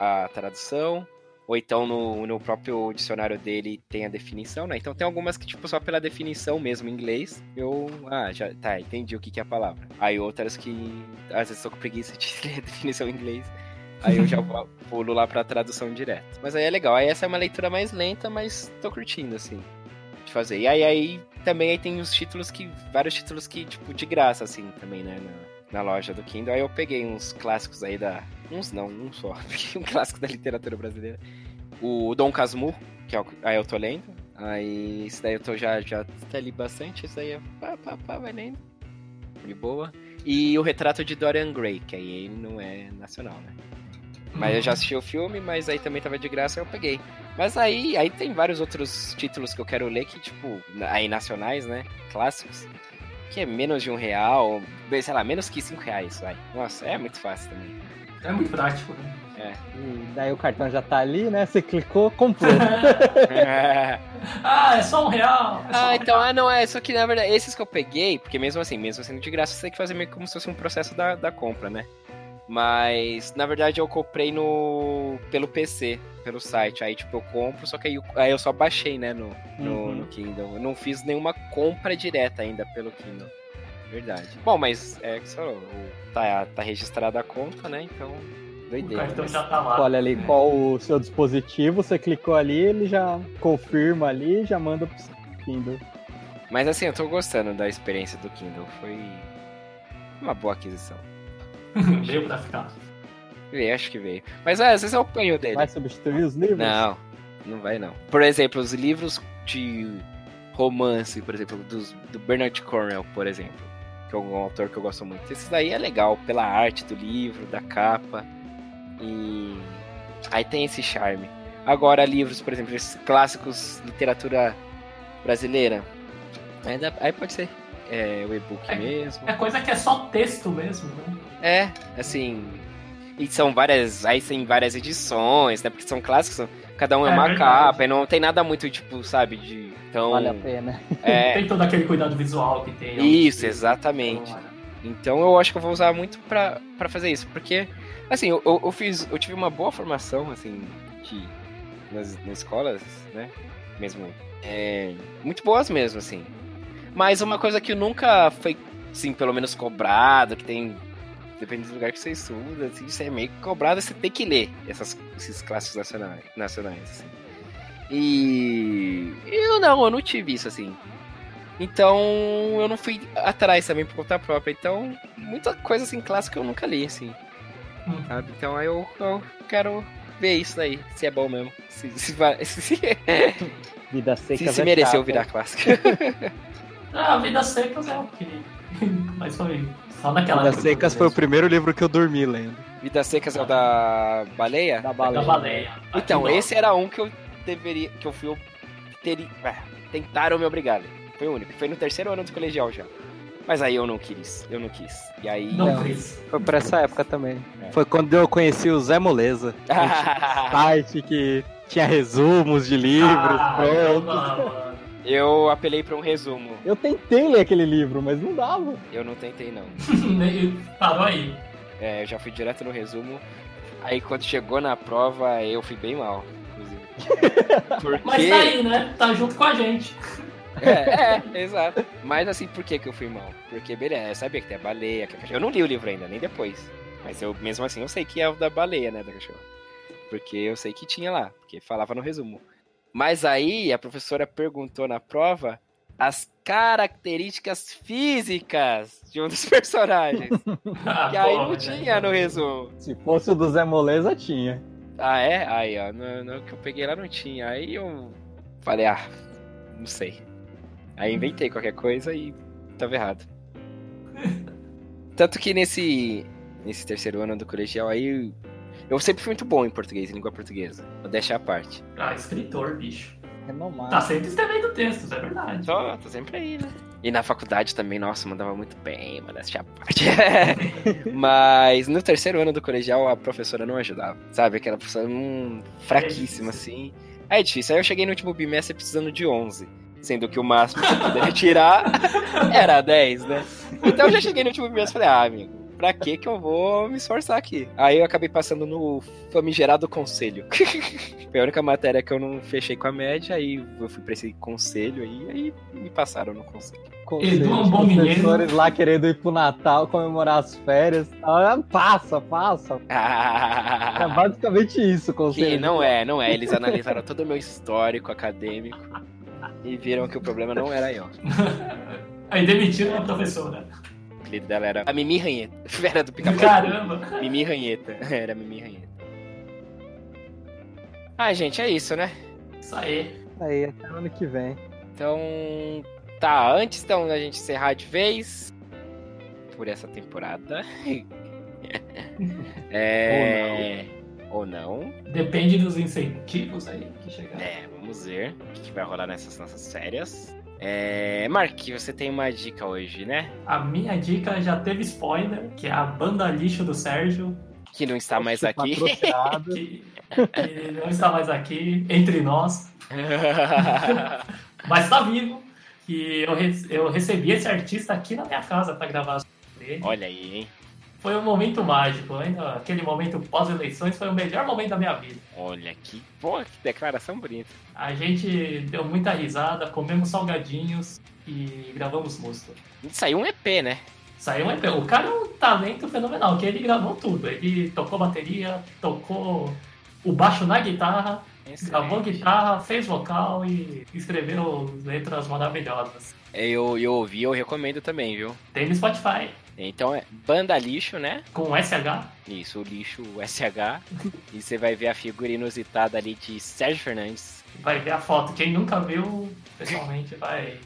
a tradução, ou então no, no próprio dicionário dele tem a definição, né? Então tem algumas que, tipo, só pela definição mesmo em inglês, eu. Ah, já tá, entendi o que, que é a palavra. Aí outras que às vezes tô com preguiça de ler a definição em inglês. Aí eu já vou- pulo lá pra tradução direto. Mas aí é legal. Aí essa é uma leitura mais lenta, mas tô curtindo, assim, de fazer. E aí, aí também aí tem os títulos que. Vários títulos que, tipo, de graça, assim, também, né? Na, na loja do Kindle. Aí eu peguei uns clássicos aí da. Uns não, um só. Peguei um clássico da literatura brasileira. O Dom Casmurro, que é o, aí eu tô lendo. Aí esse daí eu tô já, já até li bastante. Isso aí é pá, pá, pá, vai lendo. De boa. E o retrato de Dorian Gray, que aí ele não é nacional, né? Mas eu já assisti o filme, mas aí também tava de graça, eu peguei. Mas aí, aí tem vários outros títulos que eu quero ler que, tipo, na- aí nacionais, né? Clássicos. Que é menos de um real, bem, sei lá, menos que cinco reais, vai. Nossa, é muito fácil também.
É muito prático, né?
E daí o cartão já tá ali, né? Você clicou, comprou.
ah, é só um real. é só um
ah, então, ah, não, é, só que na verdade, esses que eu peguei, porque mesmo assim, mesmo sendo de graça, você tem que fazer meio que como se fosse um processo da, da compra, né? Mas, na verdade, eu comprei no pelo PC, pelo site. Aí, tipo, eu compro, só que aí, eu- aí eu só baixei, né, no, no,
Uhum.
no Kindle. Eu não fiz nenhuma compra direta ainda pelo Kindle. Verdade. Bom, mas é que só tá, tá registrada a conta, né? Então,
O
doideira.
cartão
mas-
já tá lá.
Olha ali qual o seu dispositivo, você clicou ali, ele já confirma ali, já manda pro seu Kindle.
Mas assim, eu tô gostando da experiência do Kindle. Foi uma boa aquisição.
Veio pra ficar.
Veio, acho que veio. Mas ah, às vezes eu apanho dele.
Vai substituir os livros?
Não, não vai não. Por exemplo, os livros de romance, por exemplo, dos, do Bernard Cornwell, por exemplo, que é um autor que eu gosto muito. Esse daí é legal, pela arte do livro, da capa. E aí tem esse charme. Agora, livros, por exemplo, esses clássicos literatura brasileira. Aí, dá- aí pode ser é, o e-book
É-
mesmo.
É coisa que é só texto mesmo, né?
É, assim. E são várias. Aí tem várias edições, né? Porque são clássicos. são- Cada um é,
É
uma
verdade.
capa. E não tem nada muito, tipo, sabe, de. Então.
Vale a pena. É um
é.
Tem todo aquele cuidado visual que tem.
Isso,
Então,
exatamente.
é.
Então eu acho que eu vou usar muito pra, pra fazer isso. Porque, assim, eu, eu, eu fiz. Eu tive uma boa formação, assim, de, nas, nas escolas, né? Mesmo. É, muito boas mesmo, assim. Mas uma coisa que nunca foi, assim, pelo menos cobrado, que tem. Depende do lugar que você estuda, assim, você é meio que cobrado, você tem que ler essas, esses clássicos nacionais. nacionais assim. E eu não, eu não tive isso, assim. Então eu não fui atrás também por conta própria. Então, muita coisa assim clássica eu nunca li, assim.
Hum.
Sabe? Então aí eu, eu quero ver isso daí, se é bom mesmo. Se, se, va- se, se,
Vida seca.
se mereceu virar
virar
clássica.
Ah, Vidas Secas é ok. Mas foi só naquela.
Vidas Secas foi o
mesmo.
primeiro livro que eu dormi lendo.
Vida Secas é o da baleia?
Da
Da
baleia.
baleia.
Então,
Aqui, ó.
esse era um que eu deveria. que eu fui. eu Teria, ah, tentaram me obrigar. a ler. Foi o único. Foi no terceiro ano do colegial já. Mas aí eu não quis. Eu não quis. E aí.
Não, Cris.
Foi pra essa época também.
É.
Foi quando eu conheci o Zé Moleza. site que tinha resumos de livros,
Ah,
pronto.
não, mano.
eu apelei pra um resumo.
Eu tentei ler aquele livro, mas não dava.
Eu não tentei, não.
E Parou aí.
É, eu já fui direto no resumo. Aí quando chegou na prova, eu fui bem mal, inclusive.
Mas
Porque.
tá aí, né? Tá junto com a gente.
É, é, exato. Mas assim, por que, que eu fui mal? Porque, beleza, eu sabia que tem a baleia, que a cachorra. Eu não li o livro ainda, nem depois. Mas eu, mesmo assim, eu sei que é o da baleia, né, da cachorra. Porque eu sei que tinha lá, porque falava no resumo. Mas aí, a professora perguntou na prova as características físicas de um dos personagens.
Ah,
que aí
pô,
não
né?
tinha no resumo.
Se fosse o do Zé Moleza, tinha.
Ah, é? Aí, ó, no, no que eu peguei lá não tinha. Aí eu falei, ah, não sei. Aí inventei qualquer coisa e tava errado. Tanto que nesse, nesse terceiro ano do colegial aí, eu sempre fui muito bom em português, em língua portuguesa. Vou deixar a parte.
Ah, escritor, bicho.
Renomado.
Tá sempre escrevendo textos, é verdade.
Tô, tô sempre aí, né? E na faculdade também, nossa, mandava muito bem, mas deixar a parte. mas no terceiro ano do colegial a professora não ajudava, sabe? Aquela professora hum, fraquíssima,
É
assim. Aí é difícil. Aí eu cheguei no último bimestre precisando de 11. Sendo que o máximo que eu poderia tirar era 10, né? Então eu já cheguei no último bimestre e falei, ah, amigo, pra que que eu vou me esforçar aqui? Aí eu acabei passando no famigerado conselho. Foi a única matéria que eu não fechei com a média, aí eu fui pra esse conselho aí, aí me passaram no conselho.
Com
Edu é um
os
bom
professores lá querendo ir pro Natal, comemorar as férias. Ah, passa, passa. É basicamente isso o conselho.
Que não é, não é. Eles analisaram todo o meu histórico acadêmico e viram que o problema não era eu.
Aí demitiram a professora.
O apelido dela era a Mimi Ranheta. Era do Pica-Pau.
Caramba!
Mimi Ranheta. Era a Mimi Ranheta. Ah, gente, é isso, né?
Isso aí.
Tá Aí, até ano que vem.
Então, tá. Antes então da gente encerrar de vez por essa temporada. é... Ou não. Ou não.
Depende dos incentivos aí que chegaram.
É, vamos ver o que que vai rolar nessas nossas férias. É, Mark, você tem uma dica hoje, né?
A minha dica já teve spoiler, que é a banda lixo do Sérgio,
Que não está mais aqui.
Patrocinado.
que, que não está mais aqui entre nós, mas está vivo. Que eu, re- eu recebi esse artista aqui na minha casa para gravar dele.
Olha aí, hein?
Foi um momento mágico, ainda aquele momento pós-eleições foi o melhor momento da minha vida.
Olha que boa, que declaração bonita.
A gente deu muita risada, comemos salgadinhos e gravamos música.
Saiu um EP, né?
Saiu um EP. O cara é um talento fenomenal, que ele gravou tudo. Ele tocou bateria, tocou o baixo na guitarra, gravou
Excelente.
guitarra, fez vocal e escreveu letras maravilhosas.
Eu, eu ouvi, eu recomendo também, viu?
Tem no Spotify,
Então é Banda Lixo, né?
com SH.
Isso, o lixo o SH. e você vai ver a figura inusitada ali de Sérgio Fernandes.
Vai ver a foto. Quem nunca viu, pessoalmente, vai,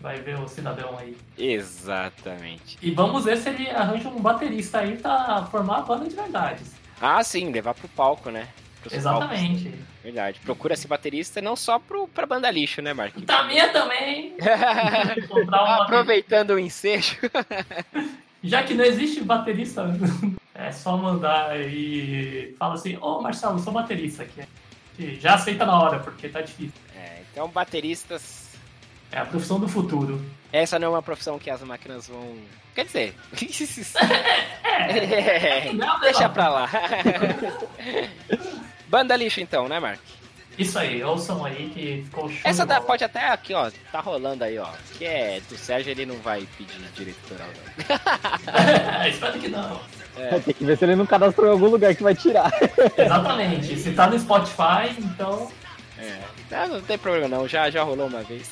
vai ver o cidadão aí.
Exatamente.
E vamos ver se ele arranja um baterista aí pra formar a banda de verdade.
Ah, sim, levar pro palco, né? Pros palcos.
Exatamente.
Verdade. Procura esse baterista não só pro, pra Banda Lixo, né, Marquinhos?
Da Tá minha também! Encontrar um baterista.
Aproveitando o ensejo.
Já que não existe baterista, é só mandar e fala assim, ô Marcelo, sou baterista aqui. E Já aceita na hora, porque tá difícil.
É, então, bateristas.
É a profissão do futuro.
Essa não é uma profissão que as máquinas vão. Quer dizer.
É.
É,
Não,
Deixa
não.
pra lá. Banda lixo então, né, Mark?
Isso aí, ouçam aí que ficou show.
Essa
de
da,
bola.
pode até aqui, ó. Tá rolando aí, ó. Que é do Sérgio, ele não vai pedir direito autoral, não.
Espero que não.
É,
Vai ter que ver se ele não cadastrou em algum lugar que vai tirar.
Exatamente. Se tá no Spotify, então.
é. Não, não tem problema não, já, já rolou uma vez.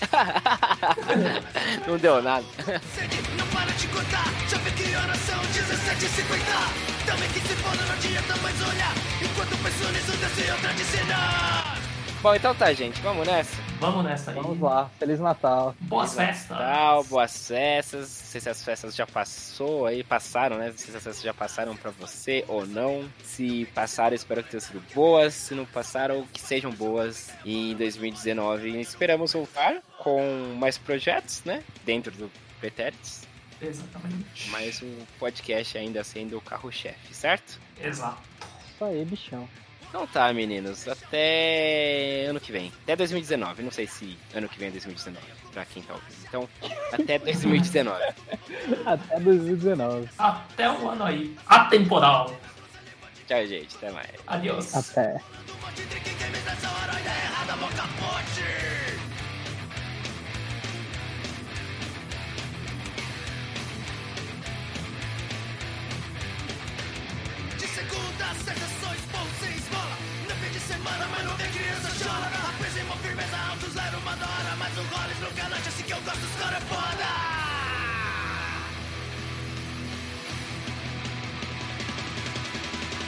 não deu nada.
Não para de contar, já vi que horas são 17h50 Também que se foda, não adianta mais olhar Enquanto penso nisso, desce outra de cenar
Bom, então tá, gente. Vamos nessa.
Vamos nessa aí.
Vamos lá, Feliz Natal.
Boas festas.
Tchau, boas festas. Não sei se as festas já passou aí, passaram, né? Não sei se as festas já passaram pra você ou não. Se passaram, espero que tenham sido boas. Se não passaram, que sejam boas. E em 2019 esperamos voltar com mais projetos, né? Dentro do Pretéritos.
Exatamente.
Mas o podcast ainda sendo o carro-chefe, certo?
Exato.
Isso aí, bichão.
Então tá, meninos. Até ano que vem. Até 2019. Não sei se ano que vem é 2019, pra quem tá ouvindo. Então, até 2019.
Até 2019.
Até o ano aí. Atemporal.
Tchau, gente. Até mais.
Adeus.
Até.
Um monte de drink games nessa hora e é errada, mó capote De segunda a sexta só expõe sem esmola No fim de semana, mas não tem criança chora Aprendi mó firmeza, altos era uma hora Mas o Rollins nunca lancha, assim que eu gosto, os caras é foda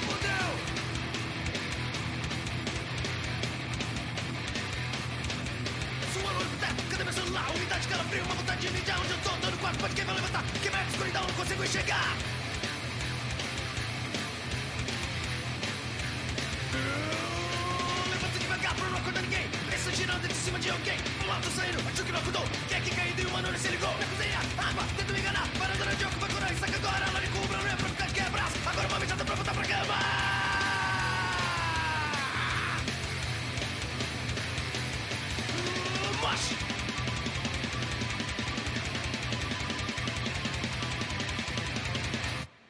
Fudeu! Sua luz do teto, cadê meu celular? Umidade, calafrio, uma vontade de mídia Onde eu tô, tô no quarto, pode queimar, levantar Queimar a escuridão, não consigo enxergar Levanta devagar pra não acordar ninguém Pensa girando de cima de alguém Pro lado saindo, acho que não acordou Quem é que caindo e o mano não se ligou Na cozinha, água, tento me enganar Parando na jogo, vai curar, saca agora Lá de cubra, não é pra ficar de quebras Agora uma mijada pra voltar pra cama Hum, Mosh!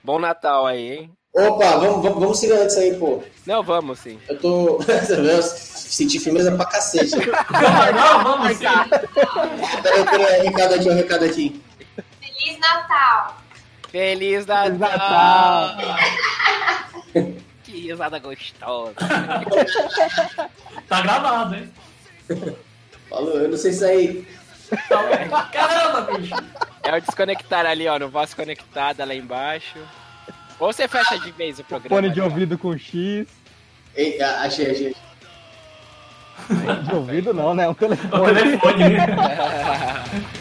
Bom Natal aí, hein?
Opa, vamos, vamos, vamos seguir antes aí, pô.
Não, vamos sim.
Eu tô. eu senti firmeza pra cacete.
Não, não, vamos sim.
Peraí, peraí, recado aqui, um recado aqui.
Feliz Natal!
Feliz Natal!
Natal.
Que risada gostosa.
Tá gravado, hein?
Falou, eu não sei se aí.
Tá bom. Caramba, bicho.
É o desconectar ali, ó, no voz conectada lá embaixo. Ou você fecha de vez o programa.
Fone de
já.
ouvido com X.
Ei, a- achei, achei.
De ouvido não, né? Um
O né?
telefone.
telefone.